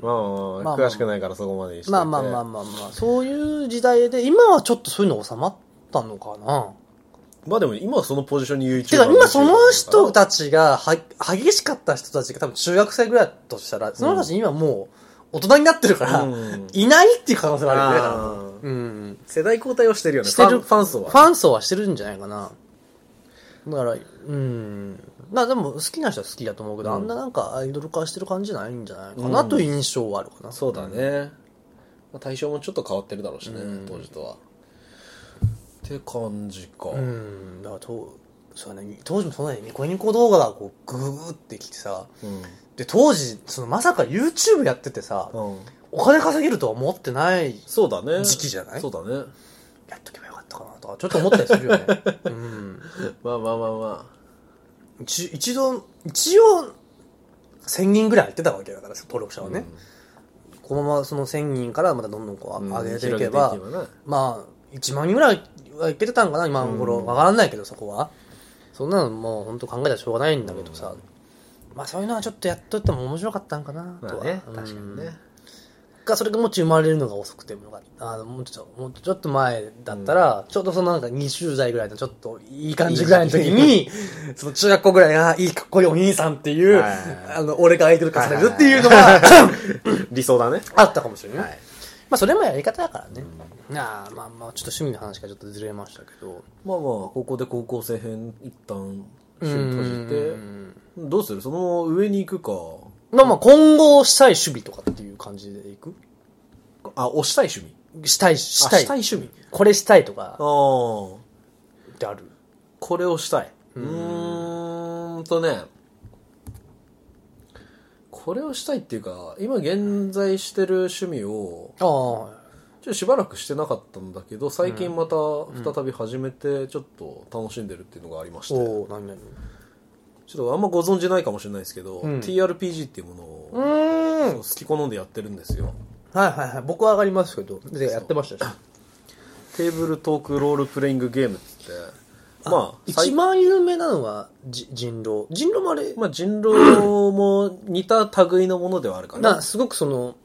Speaker 2: まあまあ
Speaker 1: ま
Speaker 2: ま
Speaker 1: あ
Speaker 2: あ、
Speaker 1: まあ
Speaker 2: 詳しくないからそこまでにしてて
Speaker 1: まあまあまあまあまあ、そういう時代で、今はちょっとそういうの収まったのかな。
Speaker 2: まあでも今はそのポジションに YouTuber
Speaker 1: てか、今その人
Speaker 2: だ
Speaker 1: たちが、は、激しかった人たちが多分中学生ぐらいだとしたら、その人たち今もう大人になってるから、
Speaker 2: うん
Speaker 1: いないっていう可能性はある
Speaker 2: あ
Speaker 1: よね
Speaker 2: ー
Speaker 1: だから。うん。
Speaker 2: 世代交代をしてるよね。
Speaker 1: してる
Speaker 2: ファンファン層は。
Speaker 1: ファン層はしてるんじゃないかな。だから、うん。まあでも好きな人は好きだと思うけど、
Speaker 2: うん
Speaker 1: あんななんかアイドル化してる感じじゃないんじゃないかなという印象はあるかな。
Speaker 2: そうだね。まあ対象もちょっと変わってるだろうしね、当時とは。って感じか。
Speaker 1: うん、だからとそうだね、当時もそんなにニコニコ動画がこうグーってきてさ、
Speaker 2: うん。
Speaker 1: で、当時、そのまさか YouTube やっててさ、
Speaker 2: うん
Speaker 1: お金稼げるとは思ってない、
Speaker 2: そうだね。
Speaker 1: 時期じゃない
Speaker 2: そうだね。
Speaker 1: やっとけばよかったかなとか、ちょっと思ったりするよね。うん。
Speaker 2: まあまあまあま
Speaker 1: 一一度、一応、1000人ぐらい入ってたわけだから、登録者はね。このままその1000人からまたどんどんこう
Speaker 2: あ。
Speaker 1: 上げてい
Speaker 2: うん
Speaker 1: けば、
Speaker 2: 広げていね
Speaker 1: まあ、1万人ぐらいはいけてたんかな、今の頃。わからないけど、そこは。そんなのもう本当考えたらしょうがないんだけどさ。まあ、そういうのはちょっとやっといても面白かったんかな、と
Speaker 2: ま
Speaker 1: は。
Speaker 2: あね、
Speaker 1: うん
Speaker 2: 確かにね。
Speaker 1: が、それがもし生まれるのが遅くてもよかった。あの、もうちょっと、もうちょっと前だったら、ちょうどそのなんか20代ぐらいのちょっといい感じぐらいの時に、 その中学校ぐらいが、いいかっこいいお兄さんっていう、
Speaker 2: はいはいはい
Speaker 1: あの、俺がアイドル化されるっていうのは、
Speaker 2: 理想だね。
Speaker 1: あったかもしれない。まあそれもやり方だからね。ああまあまあちょっと趣味の話がちょっとずれましたけど。
Speaker 2: まあまあ、ここで高校生編一旦、
Speaker 1: う
Speaker 2: 趣味閉じて、
Speaker 1: ん
Speaker 2: どうするその上に行く
Speaker 1: まあまあ今後したい守備とかっていう感じでいく
Speaker 2: か、あ、押したい趣味
Speaker 1: したい、
Speaker 2: あ
Speaker 1: したい。
Speaker 2: したい趣味
Speaker 1: これしたいと
Speaker 2: ああ
Speaker 1: か
Speaker 2: ー、
Speaker 1: ってある。
Speaker 2: これをしたい。うーんとね、これをしたいっていうか、今現在してる趣味を、
Speaker 1: ああ。
Speaker 2: ちょっとしばらくしてなかったんだけど、最近また再び始めて、ちょっと楽しんでるっていうのがありまして、
Speaker 1: おお何何
Speaker 2: ちょっとあんまご存知ないかもしれないですけど、
Speaker 1: ん
Speaker 2: TRPG っていうものを、
Speaker 1: うーん。
Speaker 2: 好き好んでやってるんですよ
Speaker 1: はいはいはい。僕は上がりますけど。で、やってましたし。
Speaker 2: テーブルトークロールプレイングゲームっつってまあ最
Speaker 1: 一番有名なのは、じ人狼。人狼もあれ、
Speaker 2: まあ人狼も似た類のものではあるかな
Speaker 1: な、すごくその、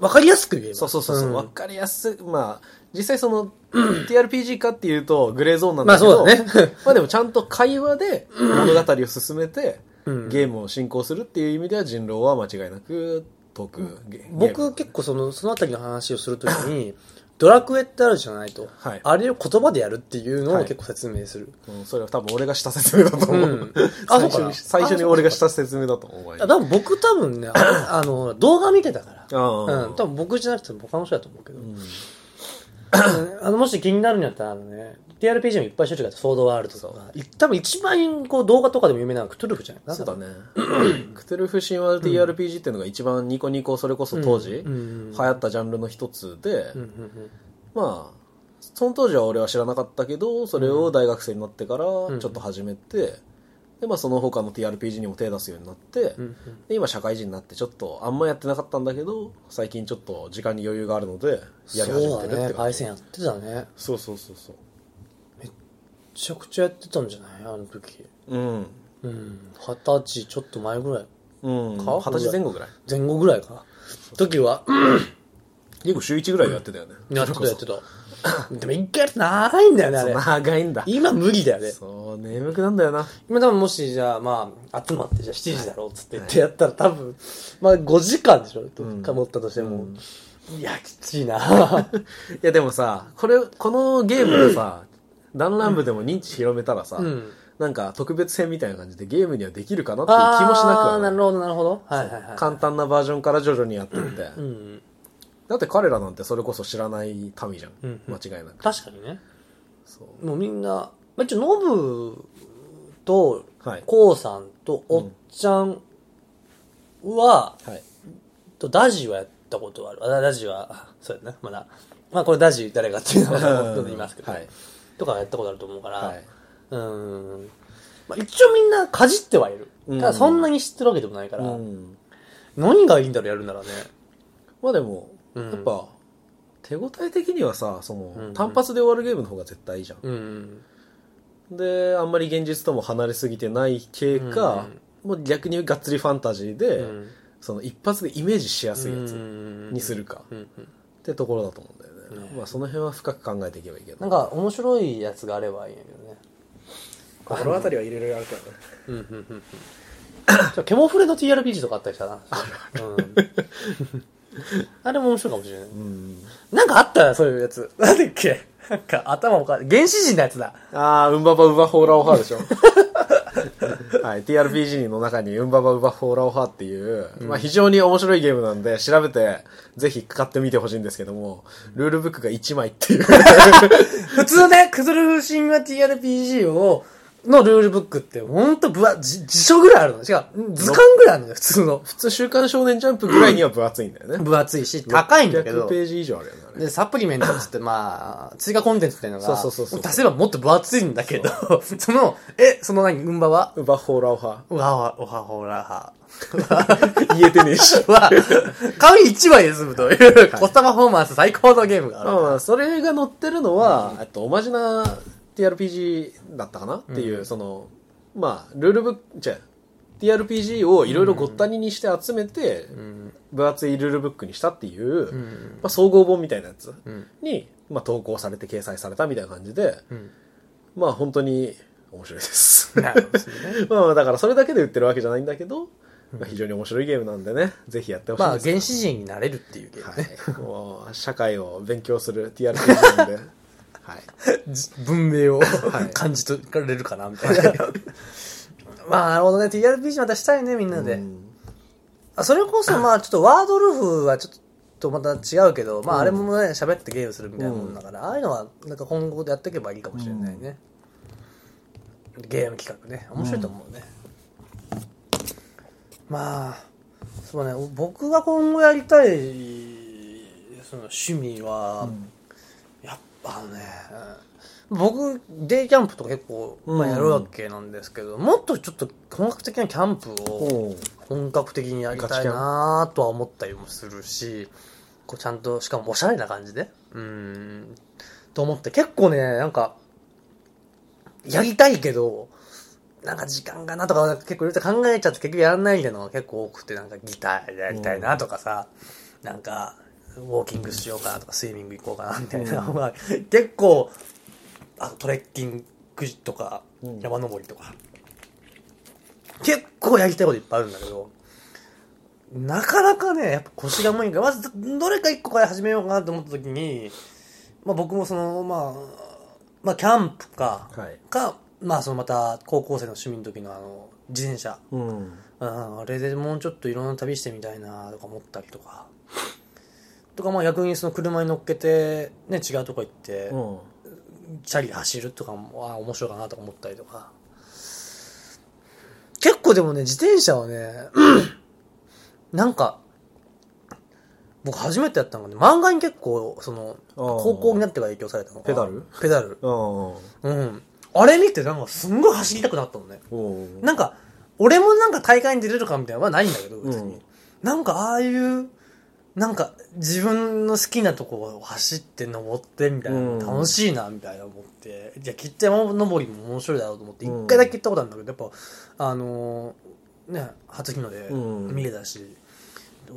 Speaker 1: わかりやすく言えば。
Speaker 2: そうそうそうそう、
Speaker 1: ん
Speaker 2: わかりやすいまあ実際その TRPG かっていうとグレーゾーンなんだけど、
Speaker 1: まあそうだね
Speaker 2: まあでもちゃんと会話で物語を進めて、
Speaker 1: うん
Speaker 2: ゲームを進行するっていう意味では人狼は間違いなくトークゲゲー ム
Speaker 1: 僕結構その、そのあたりの話をするときに、ドラクエってあるじゃないと。
Speaker 2: はい
Speaker 1: あれを言葉でやるっていうのを
Speaker 2: はい
Speaker 1: 結構説明する。
Speaker 2: うんそれは多分俺がした説明だと思う、
Speaker 1: うんあそ
Speaker 2: 最
Speaker 1: うか
Speaker 2: 初
Speaker 1: な
Speaker 2: に最初に俺がした説明だと思うわよ
Speaker 1: あ多分僕多分ね、ああ の、動画見てたから。
Speaker 2: あー
Speaker 1: うん。多分僕じゃなくて他の人だと思うけど。 あの、もし気になるんやったら、あのね、TRPG もいっぱい種類があって、ソードワールドとか。い多分一番こう動画とかでも有名なのはクトゥルフじゃないかな。
Speaker 2: そうだね。クトゥルフ神話 TRPG っていうのが一番ニコニコ、それこそ当時、
Speaker 1: うんうんうん
Speaker 2: 流行ったジャンルの一つで、
Speaker 1: うんうんうん。
Speaker 2: まあ、その当時は俺は知らなかったけど、それを大学生になってからちょっと始めて、で、まあその他の TRPG にも手出すようになって、
Speaker 1: ん
Speaker 2: で、今社会人になってちょっとあんまやってなかったんだけど、最近ちょっと時間に余裕があるので、やり始めてる
Speaker 1: そうだ
Speaker 2: って
Speaker 1: ね。
Speaker 2: 感
Speaker 1: パイ
Speaker 2: じ。
Speaker 1: センやってたね。め
Speaker 2: そうそうそうそう。
Speaker 1: ちゃくちゃやってたんじゃないあの時。
Speaker 2: うん。
Speaker 1: うん。二十歳ちょっと前ぐらい。
Speaker 2: うん。
Speaker 1: 顔
Speaker 2: 二十歳前後ぐらい。
Speaker 1: 前後ぐらいかな。時は、
Speaker 2: 結構週1ぐらいやってたよね。
Speaker 1: やってたやってた。でも一回やると長いんだよね、あれ。
Speaker 2: 長いんだ。
Speaker 1: 今無理だよね。
Speaker 2: そう、眠くなんだよな。
Speaker 1: 今多分もしじゃあまあ集まってじゃあ7時だろうっつって言ってやったら多分まあ5時間でしょ、
Speaker 2: ん
Speaker 1: か持ったとしても、いやきつい な
Speaker 2: いやでもさ、これ、このゲームでさ、弾丸部でも認知広めたらさ、
Speaker 1: ん
Speaker 2: なんか特別編みたいな感じでゲームにはできるかなっていう
Speaker 1: あ
Speaker 2: 気もしなく
Speaker 1: ー
Speaker 2: は
Speaker 1: な
Speaker 2: な
Speaker 1: いるほどなるほどはいはいはい
Speaker 2: 簡単なバージョンから徐々にやってみて、
Speaker 1: うん
Speaker 2: だって彼らなんてそれこそ知らない民じゃん。
Speaker 1: うん
Speaker 2: 間違いなく。
Speaker 1: 確かにね
Speaker 2: そう。
Speaker 1: もうみんな、まあ、一応ノブと
Speaker 2: はい
Speaker 1: こうさんとおっちゃんは、
Speaker 2: はい。
Speaker 1: とダジはやったことはあるあダジはあそうやなまだまあこれダジ誰がっていう のは後で言いますけど、
Speaker 2: はい。
Speaker 1: とかやったことあると思うから、
Speaker 2: はい。
Speaker 1: うーん。まあ、一応みんなかじってはいる。
Speaker 2: うん
Speaker 1: ただそんなに知ってるわけでもないから、
Speaker 2: うん。
Speaker 1: 何がいいんだろうやるならね。
Speaker 2: まあでも、
Speaker 1: うん
Speaker 2: やっぱ、手応え的にはさ、その、
Speaker 1: うん
Speaker 2: 単発で終わるゲームの方が絶対いいじゃん。
Speaker 1: うん。
Speaker 2: であんまり現実とも離れすぎてない系か、もう逆にがっつりファンタジーで、
Speaker 1: うん
Speaker 2: その一発でイメージしやすいやつ
Speaker 1: つ
Speaker 2: にす。るか、
Speaker 1: うん
Speaker 2: ってところだと思うんだよね、
Speaker 1: うん
Speaker 2: まあその辺は深く考えていけばいいけど
Speaker 1: なんか面白いやつがあればいいんやけどね。
Speaker 2: 心当たりはいろいろあるからね
Speaker 1: うんうんうんうん。じゃあケモフレの TRPG とかあったりしたな。うん、あれも面白いかもしれない。
Speaker 2: うん
Speaker 1: なんかあったな、そういうやつ。なんだっけなんか頭おか原始人のやつだ。
Speaker 2: ああ、ウンババウバホーラオハーでしょ。 はい、TRPG の中にウンババウバホーラオハーっていう、まあ非常に面白いゲームなんで、調べて、ぜひ買ってみてほしいんですけども、ルールブックが1枚って いう。
Speaker 1: 普通ね、クズルフ神話 TRPG を、のルールブックって、ほんとぶわ、じ辞書ぐらいあるの違う。図鑑ぐらいあるのよ、普通の。
Speaker 2: 普通週刊少年ジャンプぐらいには分厚いんだよね。
Speaker 1: 分厚いし、高いんだけ
Speaker 2: 600
Speaker 1: ど
Speaker 2: ペ。ージ以上あるよねあれ。
Speaker 1: で、サプリメントっつって、まあ、追加コンテンツっていうのが、
Speaker 2: そうそうそうそう
Speaker 1: 出せばもっと分厚いんだけど、その、え、その何、うんばは
Speaker 2: ウバホーラオハ。
Speaker 1: うわわ、おはほら は。
Speaker 2: 言えてねえし。
Speaker 1: は、紙一枚で済むという、コストパフォーマンス最高のゲームがある。
Speaker 2: まあまあ、それが載ってるのは、えっと、おまじな TRPG だったかなっていう、その、まあ、ルールブック、じゃあ TRPG をいろいろごったににして集めて、分厚いルールブックにしたっていう、まあ、総合本みたいなやつに、まあ、投稿されて掲載されたみたいな感じで、
Speaker 1: ん
Speaker 2: まあ、本当に面白いです。
Speaker 1: なるほどですね
Speaker 2: まあまあだからそれだけで売ってるわけじゃないんだけど、非常に面白いゲームなんでね、ぜひやってほしい
Speaker 1: まあ、
Speaker 2: ですけど。
Speaker 1: 原始人になれるっていうゲームね。
Speaker 2: はい。もう、社会を勉強する TRPG なんで。はい。
Speaker 1: じ文明を
Speaker 2: は い
Speaker 1: 感じ取られるかな、みたいな。 まあ、なるほどね。TRPG またしたいね、みんなで。
Speaker 2: うん
Speaker 1: あそれこそ、まあ、ちょっとワードルフはちょっとまた違うけど、まあ、あれもね、喋ってゲームするみたいなもんだから、ああいうのは、なんか今後でやっていけばいいかもしれないね。ゲーム企画ね。面白いと思うね。まあ、そうね、僕が今後やりたい、その趣味は、やっぱね、僕、デイキャンプとか結構、まあ、やるわけなんですけど、もっとちょっと本格的なキャンプを、
Speaker 2: おう
Speaker 1: 本格的にやりたいなとは思ったりもするし、こうちゃんと、しかもおしゃれな感じで、うーん、と思って、結構ね、なんか、やりたいけど、なんか時間がなとか、なんか結構いろいろと考えちゃって結局やらないみたいなのが結構多くて、なんかギターやりたいなとかさ、なんか、ウォーキングしようかなとか、スイミング行こうかなみたいなのが、 結構、あトレッキングとか
Speaker 2: うん、
Speaker 1: 山登りとか、結構やりたいこといっぱいあるんだけど、なかなかね、やっぱ腰が重いから、まずどれか一個から始めようかなと思った時に、まあ僕もその、まあ、まあキャンプか、
Speaker 2: はい。
Speaker 1: か、まあそのまた高校生の趣味の時のあの、自転車、
Speaker 2: うん。
Speaker 1: うん、あれでもうちょっといろんな旅してみたいなとか思ったりとか、とかまあ逆にその車に乗っけて、ね、違うとこ行って、
Speaker 2: うん。
Speaker 1: チャリで走るとかも、あ面白いかなとか思ったりとか。結構でもね、自転車はね、なんか、僕初めてやったのがね、漫画に結構、その、
Speaker 2: あー
Speaker 1: 高校になってから影響されたのが
Speaker 2: ペダル
Speaker 1: ペダル。
Speaker 2: うん。お
Speaker 1: うん。あれ見てなんかすんごい走りたくなったのね。
Speaker 2: う
Speaker 1: なんか、俺もなんか大会に出れるかみたいなのはないんだけど、別に。
Speaker 2: うん
Speaker 1: なんかああいう、なんか自分の好きなとこを走って登ってみたいな、
Speaker 2: うん
Speaker 1: 楽しいなみたいな思って、じゃあ、切手山登りも面白いだろうと思って、
Speaker 2: うん
Speaker 1: 一回だけ行ったことあるんだけど、やっぱ、あのーね、初日の出
Speaker 2: うん
Speaker 1: 見れたし、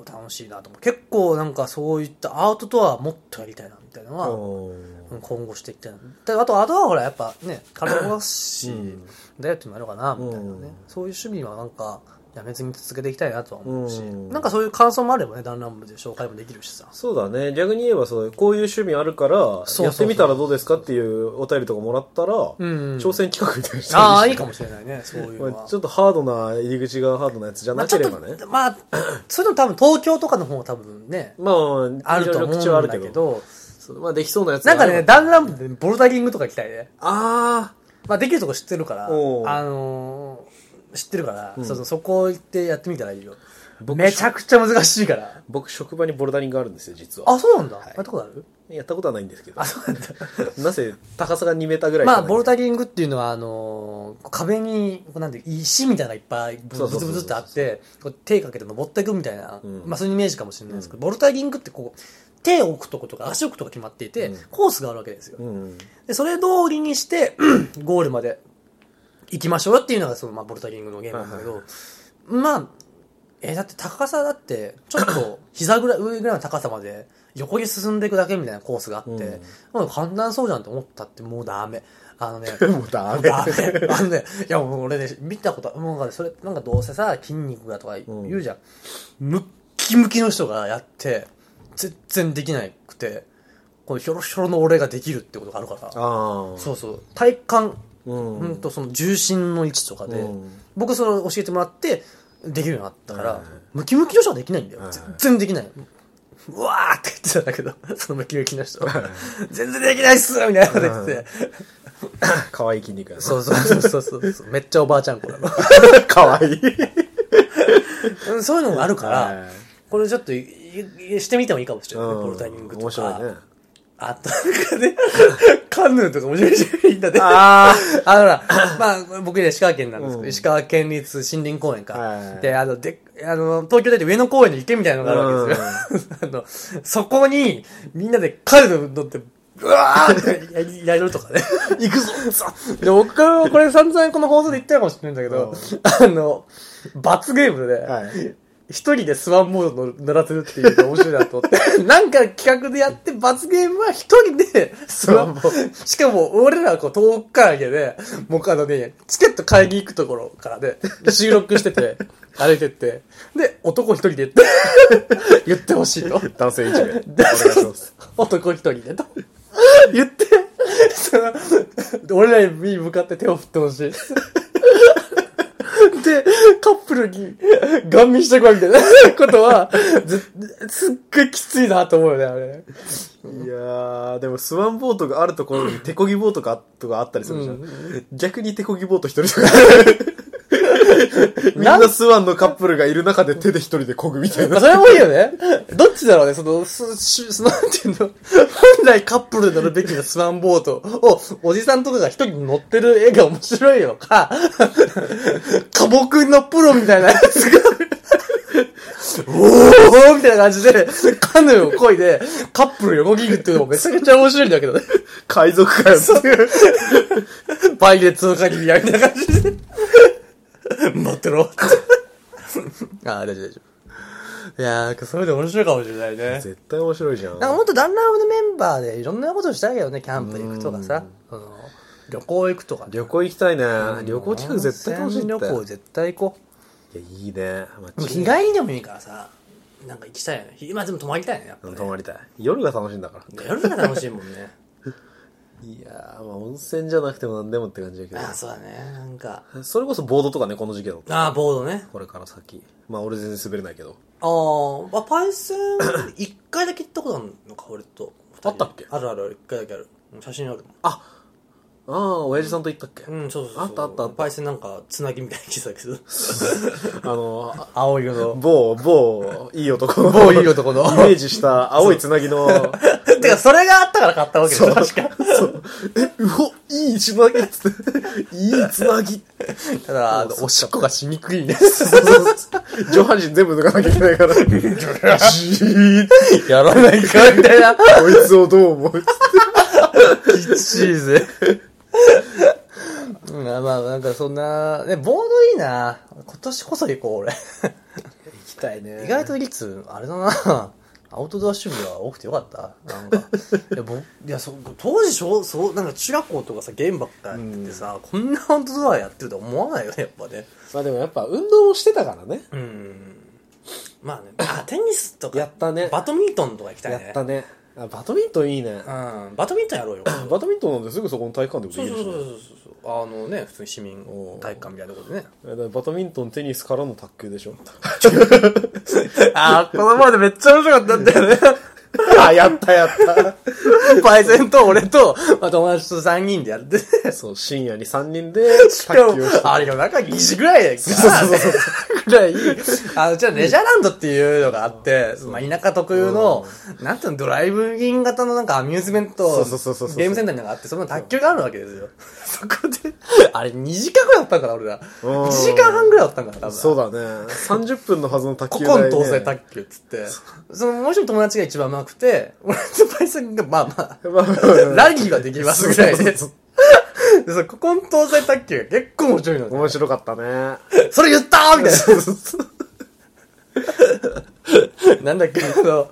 Speaker 1: 楽しいなと思って、結構なんかそういったアウトドアもっとやりたいなみたいなのは、
Speaker 2: おう
Speaker 1: うん今後していきたいな。であと、あとはほら、やっぱ ね、体動かすし、
Speaker 2: うん
Speaker 1: ダイエットになるかな、みたいなね、
Speaker 2: うん
Speaker 1: そういう趣味はなんか、やめずに続けていきたいなとは思うし、
Speaker 2: うん
Speaker 1: なんかそういう感想もあればね、弾丸部で紹介もできるしさ。
Speaker 2: そうだね。逆に言えばそう、こういう趣味あるから、
Speaker 1: そうそうそう
Speaker 2: やってみたらどうですかっていうお便りとかもらったら、
Speaker 1: うん
Speaker 2: 挑戦企画みたいにしても
Speaker 1: ああ、いい
Speaker 2: し
Speaker 1: かもしれないね、そういうの
Speaker 2: ま
Speaker 1: は
Speaker 2: あ。ちょっとハードな入り口がハードなやつじゃ
Speaker 1: ま
Speaker 2: な
Speaker 1: あ、ちょ
Speaker 2: け
Speaker 1: っ
Speaker 2: れ
Speaker 1: と
Speaker 2: ばね。、
Speaker 1: まあ、そういうの多分東京とかの方が多分ね、
Speaker 2: まあまあ、
Speaker 1: あると思
Speaker 2: いろいろ口は
Speaker 1: う
Speaker 2: あ
Speaker 1: ん
Speaker 2: る
Speaker 1: だ
Speaker 2: け
Speaker 1: け
Speaker 2: ど。
Speaker 1: ど、
Speaker 2: そうまあ、できそうなやつ
Speaker 1: なんかね、
Speaker 2: あれば
Speaker 1: 弾丸部でボルダリングとか行きたいね。
Speaker 2: あ
Speaker 1: まあ、できるとこ知ってるから、あ
Speaker 2: おう
Speaker 1: のー知ってるから、
Speaker 2: ん
Speaker 1: そうそうそこ行ってやってみたらいいよ。
Speaker 2: 僕
Speaker 1: めちゃくちゃ難しいから。
Speaker 2: ー僕、職場にボルダリングあるんですよ、実は。
Speaker 1: あ、そうなんだ。やったことある
Speaker 2: やったことはないんですけど
Speaker 1: あ、。そうなんだ。
Speaker 2: なぜ、高さが2メーターぐらいしか
Speaker 1: ま
Speaker 2: な
Speaker 1: あ、
Speaker 2: い
Speaker 1: ボルダリングっていうのは、あのー壁に、こうなんていう石みたいなのがいっぱいブ
Speaker 2: そうそう
Speaker 1: ツ
Speaker 2: そう
Speaker 1: ブ
Speaker 2: そう
Speaker 1: ツってあって、こう手かけて登っていくみたいな、
Speaker 2: うん
Speaker 1: まあ、そういうイメージかもしれないですけど、ボルダリングってこう、手を置くとことか足を置くとか決まっていて、
Speaker 2: うん
Speaker 1: コースがあるわけですよ。
Speaker 2: うん。
Speaker 1: で、それ通りにして、ゴールまで行きましょうよっていうのが、その、まあ、ボルダリングのゲームなんだけど、まあ、えーだって高さだって、ちょっ と膝ぐらい、上ぐらいの高さまで横に進んでいくだけみたいなコースがあって、
Speaker 2: うん
Speaker 1: まあ簡単そうじゃんと思ったってもうダメ。あのね、
Speaker 2: もうダ
Speaker 1: もう
Speaker 2: メ。
Speaker 1: ダメ。 あのね、いやもう俺ね、見たこと、もうなんかそれ、なんかどうせさ、筋肉がとか言うじゃん。ムッキムキの人がやって、全然できなくて、このひょろひょろの俺ができるってことがあるから、
Speaker 2: ああ。
Speaker 1: そうそう、体感、
Speaker 2: う。うん。
Speaker 1: うんとその重心の位置とかで、
Speaker 2: うん
Speaker 1: 僕それ教えてもらって、できるようになったから、
Speaker 2: はいはい
Speaker 1: ムキムキの人はできないんだよ
Speaker 2: はい。
Speaker 1: 全然できない。うわーって言ってたんだけど、 そのムキムキの人。全然できないっすみたいなこと言ってて。
Speaker 2: 可愛い筋肉やな。
Speaker 1: そうそうそうそうそう。めっちゃおばあちゃん子な の。
Speaker 2: 可愛い。
Speaker 1: うんそういうのがあるか
Speaker 2: は
Speaker 1: ら
Speaker 2: い、
Speaker 1: これちょっといいしてみてもいいかもしれないね。
Speaker 2: うん
Speaker 1: ボルダリングとか。
Speaker 2: 面白いね。
Speaker 1: あとなんかね、 カヌーとかもめちゃめちゃいいんだね。あ
Speaker 2: あ
Speaker 1: のほら、まあ、僕ね、石川県なんですけ
Speaker 2: う
Speaker 1: ど、
Speaker 2: ん
Speaker 1: 石川県立森林公園か
Speaker 2: は。い
Speaker 1: で、あの、で、あの、東京で上野公園の池みたいなのがあるわけですよ。 あの、そこに、みんなでカヌー乗って、うわー ってやりやるとかね。
Speaker 2: 行くぞ
Speaker 1: で、僕、これ散々この放送で言ったかもしれないんだけど、あの、罰ゲームで、
Speaker 2: はい。
Speaker 1: 一人でスワンモードの鳴らせるっていうのが面白いなと思って。 なんか企画でやって、罰ゲームは一人でスワンモード。しかも、俺らはこう、遠くから家で、もうあのね、チケット買いに行くところから ね、収録してて、歩いてって、で、男一人でって 言ってほしいと。
Speaker 2: 男性1名。お願いします。
Speaker 1: 男一人でと 言ってそので俺らに向かって手を振ってほしい でカップルにガン見してこいみたいなことはずすっごいきついなと思うよねあれ
Speaker 2: いやー、でもスワンボートがあるところに手こぎボートがとかあったりするじゃん。
Speaker 1: う
Speaker 2: 逆に手こぎボート一人とか。みん なスワンのカップルがいる中で手で一人でこぐみたいな。
Speaker 1: それもいいよねどっちだろうねそのすしそのなんていうの本来カップルで乗るべきのスワンボートをおじさんとかが一人乗ってる絵が面白いのか寡黙のプロみたいなやつがおーみたいな感じで、カヌーを漕いで、カップル横切るっていうのもめちゃくちゃ面白いんだけどね。
Speaker 2: 海賊かよっていう。
Speaker 1: 倍列の限りやみたいな感じで。待ってろって。ああ、大丈夫大丈夫。いやー、なんかそれで面白いかもしれないね。
Speaker 2: 絶対面白いじゃん。
Speaker 1: なんかもっとダンラブのメンバーでいろんなことしたいけどね、キャンプ行くとかさ、その旅行行くとかね。
Speaker 2: 旅行行きたいね。旅行企画絶対楽しいって。
Speaker 1: 温泉旅行絶対行こ
Speaker 2: いや、いいね。
Speaker 1: う。
Speaker 2: 間
Speaker 1: 日
Speaker 2: 違い
Speaker 1: 帰
Speaker 2: ない
Speaker 1: りでもいいからさ、なんか行きたいよね。ひまあでも泊まりたいね、やっぱ、
Speaker 2: う
Speaker 1: ね
Speaker 2: ん。泊まりたい。夜が楽しいんだから。
Speaker 1: 夜が楽しいもんね。
Speaker 2: いやー、まあ温泉じゃなくても何でもって感じだけ
Speaker 1: ああ、 そうだね。なんか。
Speaker 2: ど。それこそボードとかね、この時期だと。
Speaker 1: ああ、ボードね。
Speaker 2: これから先。まあ俺全然滑れないけど。
Speaker 1: あーあ、パイセン、一回だけ行ったことあるのか、俺と。二人
Speaker 2: あったっけ
Speaker 1: あるあるある、一回だけある。うん写真あるもん。
Speaker 2: あああ、親父さんと行ったっけ、
Speaker 1: うん、そうそうそう。
Speaker 2: あったあったあった
Speaker 1: パイセンなんか、つなぎみたいに来てたけど。
Speaker 2: あの、あ
Speaker 1: 青い色の。
Speaker 2: 某、某、いい男の。
Speaker 1: 某いい男の
Speaker 2: イメージした青いつなぎの。
Speaker 1: てか、それがあったから買ったわけでしょ、確か。
Speaker 2: そう。え、うお、いいつなぎっつって。いいつなぎ。
Speaker 1: ただ、あ
Speaker 2: そう
Speaker 1: の
Speaker 2: そう
Speaker 1: おしっこがしにくいね。
Speaker 2: 上半身全部抜かなきゃいけないから。じーっ
Speaker 1: やらないか、みたいな。
Speaker 2: とこいつをどう思う
Speaker 1: チーズ。うん、まあ、なんかそんな、ね、ボードいいな。今年こそ行こう、俺。
Speaker 2: 行きたいね
Speaker 1: 意外とリツ、あれだな。 アウトドア趣味が多くてよかった。なんか。 いや、僕、いや、そ当時小、そう、なんか中学校とかさ、ゲームばっかやっててさ、こんなアウトドアやってるとは思わないよね、やっぱね。
Speaker 2: まあでもやっぱ運動もしてたからね。
Speaker 1: うん。まあね。 あ、テニスとか。
Speaker 2: やったね
Speaker 1: バドミントンとか行きたい
Speaker 2: や
Speaker 1: ね。
Speaker 2: ったね。あバドミントンいいね。
Speaker 1: うん。バドミントンやろうよ。
Speaker 2: バドミントンなんですぐそこの体育館でも
Speaker 1: そう
Speaker 2: でき
Speaker 1: そう
Speaker 2: る
Speaker 1: そう
Speaker 2: し
Speaker 1: そう
Speaker 2: ね。
Speaker 1: そう。あのね、普通に市民体育館みたいなところでね。
Speaker 2: だからバドミントン、テニスからの卓球でしょ。
Speaker 1: ああ、この前でめっちゃ面白かったんだ よね。
Speaker 2: あ、やったやった。
Speaker 1: パイセンと俺と、まあ、友達と3人でやってて。
Speaker 2: そう、深夜に3人で
Speaker 1: し
Speaker 2: 卓
Speaker 1: かも
Speaker 2: 球をして、
Speaker 1: あれが中2時ぐらいで
Speaker 2: そうそうそう
Speaker 1: ぐらい、あの、じゃあレジャーランドっていうのがあって、まあ、田舎特有の、なんていうの、ドライブイン型のなんかアミューズメン
Speaker 2: そ
Speaker 1: ト、
Speaker 2: うそうそうそうそう
Speaker 1: ゲームセンターみたいなのがあって、その卓球があるわけですよ。そこで、あれ2時間ぐらいだったんかな、俺ら。
Speaker 2: うん
Speaker 1: 1時間半ぐらいだったんかな、多分。
Speaker 2: そうだね。30分のはずの卓
Speaker 1: 古
Speaker 2: 球台、ね。
Speaker 1: 今東西卓球っつって、その、もう一人友達が一番上手くて、俺とパイセンが、まあま
Speaker 2: まあまあ
Speaker 1: あ、
Speaker 2: まあ
Speaker 1: ラリーはできますぐらいで。で、
Speaker 2: そ
Speaker 1: そうの古今東西卓球が結構面白いのね。
Speaker 2: 面白かった ね。
Speaker 1: それ言ったーみたいな。なんだっけ、 あの、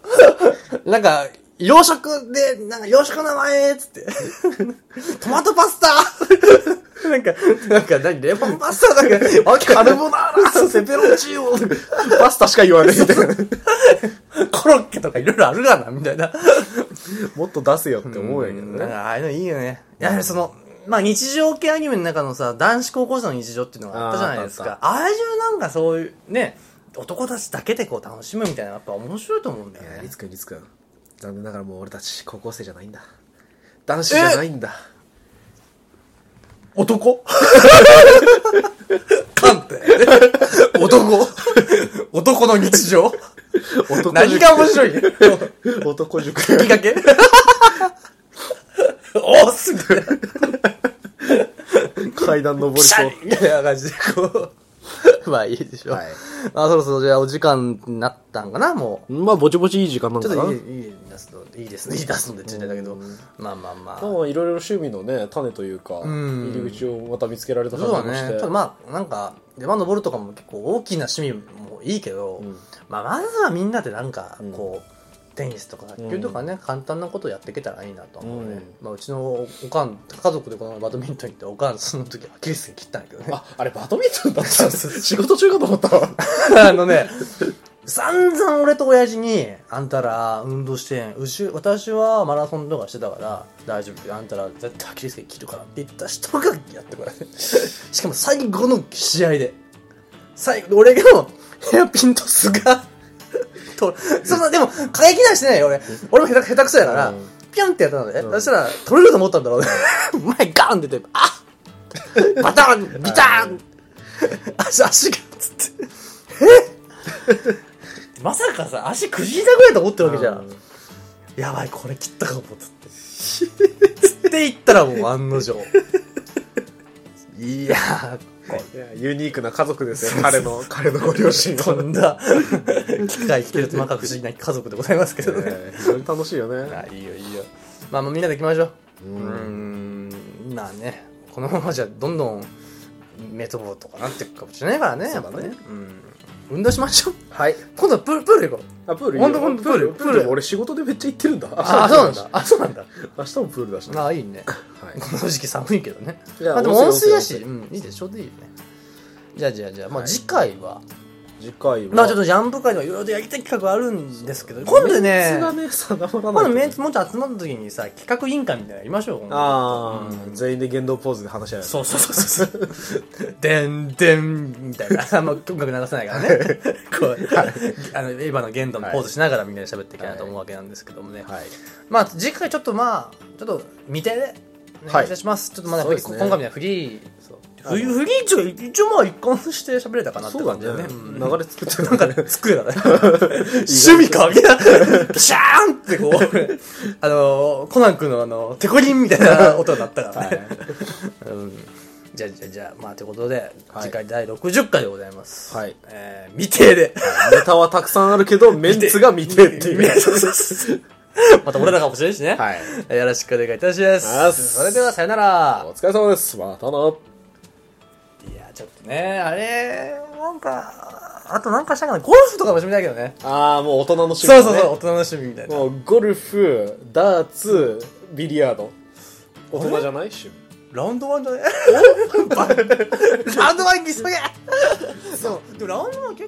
Speaker 1: なんか、洋食で、なんか洋食の名前っつって。トマトパスタなんか、なんか何レモンパスタなんか、わけ
Speaker 2: カルボナーラセペロンチーノ パスタしか言わないみたいな。
Speaker 1: コロッケとかいろいろあるがな、みたいな。
Speaker 2: もっと出せよって思うんやけど
Speaker 1: な
Speaker 2: ね
Speaker 1: ん。かああいうのいいよね。いや、その、まあ日常系アニメの中のさ、男子高校生の日常っていうのがあったじゃないです
Speaker 2: あーあ
Speaker 1: か。ああいうなんかそういう、ね、男たちだけでこう楽しむみたいなのやっぱ面白いと思うんだよ
Speaker 2: いや
Speaker 1: ね
Speaker 2: リ。ツくん、リツくん。残念ながらもう俺たち高校生じゃないんだ。男子じゃないんだ。
Speaker 1: 男カンペ。男男の日常
Speaker 2: 男塾
Speaker 1: 何が面白い
Speaker 2: 男塾。
Speaker 1: 聞きかけおーすぐ
Speaker 2: 階段登り
Speaker 1: ピシ
Speaker 2: そう
Speaker 1: ャ。リみたいな感じでこう。 まあいいでしょ。
Speaker 2: はい
Speaker 1: まあそろそろじゃあお時間になったんかな、もう。
Speaker 2: まあ、ぼちぼちいい時間なん
Speaker 1: ち
Speaker 2: だ
Speaker 1: ょっ
Speaker 2: な。
Speaker 1: といい、いい、出すの、いいですね、いい出すので、ちっちゃいだけど。まあまあまあ。
Speaker 2: まあ
Speaker 1: そ
Speaker 2: まあいろいろ趣味のね、種というか、
Speaker 1: ん
Speaker 2: 入り口をまた見つけられた
Speaker 1: う
Speaker 2: 感じ
Speaker 1: だ
Speaker 2: もし
Speaker 1: ね。
Speaker 2: て。
Speaker 1: ただまあ、なんか、山登るとかも結構大きな趣味ももいいけど、
Speaker 2: うん
Speaker 1: まあ、まずはみんなでなんか
Speaker 2: うん
Speaker 1: こう、テニスとか卓球とかね、簡単なことやっていけたらいいなと思うね、
Speaker 2: うん
Speaker 1: まあ、うちのおかん家族でこの前バドミントン行っておかんその時アキレス腱切ったんだけどね
Speaker 2: あ、あれバドミントンだったんです。仕事中かと思ったわ。
Speaker 1: あのね、散々俺と親父に、あんたら運動してん。うち、私はマラソンとかしてたから、大丈夫。あんたら絶対アキレス腱切るからって言った人がやってこ れ。しかも最後の試合で。最後、俺のヘアピントスが、と、そんな、でも、過激なしてないよ、俺。俺も下手下手くそやから、
Speaker 2: うん
Speaker 1: ピャンってやったので、
Speaker 2: うん
Speaker 1: そしたら、取れると思ったんだろうね。 前ガーンって出て、あバタンビターン足、足が、つって。まさかさ、足くじいたぐらいと思ってるわけじゃん。やばい、これ切ったかも、つって。つって言ったらもう案の定。いやー、
Speaker 2: いやユニークな家族ですよ、彼の、彼のご両親 は。
Speaker 1: 飛んだ機械来てるとまか不思議な家族でございますけどね。
Speaker 2: えー非常に楽しいよね。
Speaker 1: あいいよいいよまあまあみんなで行きましょう
Speaker 2: う
Speaker 1: うんんんまあねこのままじゃどんどんメトボとかなっていくかもしれないからねやっぱ
Speaker 2: そうだ
Speaker 1: ね
Speaker 2: ね
Speaker 1: うん運動しましょう
Speaker 2: はい。
Speaker 1: 今度はプールプール行こう
Speaker 2: あ、プールいいよ
Speaker 1: ほんとほんとプール
Speaker 2: プー
Speaker 1: プー
Speaker 2: ル
Speaker 1: ル
Speaker 2: も俺仕事でめっちゃ行ってるんだ。
Speaker 1: ああそうなんだ。あそうなんだ
Speaker 2: 明日もプールだしな。
Speaker 1: まあいいね
Speaker 2: はい
Speaker 1: この時期寒いけどね
Speaker 2: いや
Speaker 1: まあでも温水だし
Speaker 2: 温
Speaker 1: うんいいでしょうどいいよねじゃあじゃあじゃあ、まあ次回は、
Speaker 2: 次回は。
Speaker 1: まあちょっとジャンプ界ではいろいろとやりたい企画あるんですけど、今度
Speaker 2: メン
Speaker 1: ね
Speaker 2: ツ、がね、定ま
Speaker 1: 今
Speaker 2: ら
Speaker 1: 度
Speaker 2: な
Speaker 1: メ
Speaker 2: い
Speaker 1: ン
Speaker 2: と。
Speaker 1: ツもうちょっと集まった時にさ、企画委員会みたいなのやりましょう、今度
Speaker 2: あ
Speaker 1: う
Speaker 2: あ、
Speaker 1: ん
Speaker 2: 全員で言動ポーズで話し合い
Speaker 1: そうそうそうそうそう。でんでんみたい な。あんま音楽流さないからね。こう、あの、エヴァの限度のポーズしながらみんなで喋っていけないと思うわけなんですけどもね。
Speaker 2: はい。
Speaker 1: まあ、次回ちょっとまあ、ちょっと未定で。お願いいたします。ちょっとまだ、
Speaker 2: そうですね
Speaker 1: 今回みたいなフリー、
Speaker 2: あの
Speaker 1: フリーフリー一応一応まあ一貫して喋れたかなって
Speaker 2: そうだ
Speaker 1: 感じだね
Speaker 2: ね。。
Speaker 1: うん
Speaker 2: 流れ作ってる
Speaker 1: なんかね、机だね。 趣味かみたいな。シャーンってこう、あの、コナン君のあの、テコリンみたい な音だったからね。うんじゃあ、じゃあ、じゃあ、まあ、ということで、
Speaker 2: はい
Speaker 1: 次回第60回でございます。
Speaker 2: はい
Speaker 1: えー、未定で。
Speaker 2: ネタはたくさんあるけど、メンツが未定っていう。
Speaker 1: そうそうそう また俺らかもしれないしね。
Speaker 2: はい。
Speaker 1: よろしくお願いいたしま
Speaker 2: は
Speaker 1: す。
Speaker 2: い
Speaker 1: それでは、さよなら
Speaker 2: お。疲れ様です。またな。
Speaker 1: いや、ちょっとね、あれ、なんか、あとなんかしたかな。ゴルフとかもしれないけどね。
Speaker 2: ああ、もう大人の趣
Speaker 1: そ
Speaker 2: 味だ
Speaker 1: う
Speaker 2: ね。
Speaker 1: そうそう、大人の趣味みたいな。
Speaker 2: もうゴルフ、ダーツ、ビリヤード。大人じゃない趣味。
Speaker 1: ラウンドワンじゃねラウンドワン急げそう。でもラウンドワン結構そう。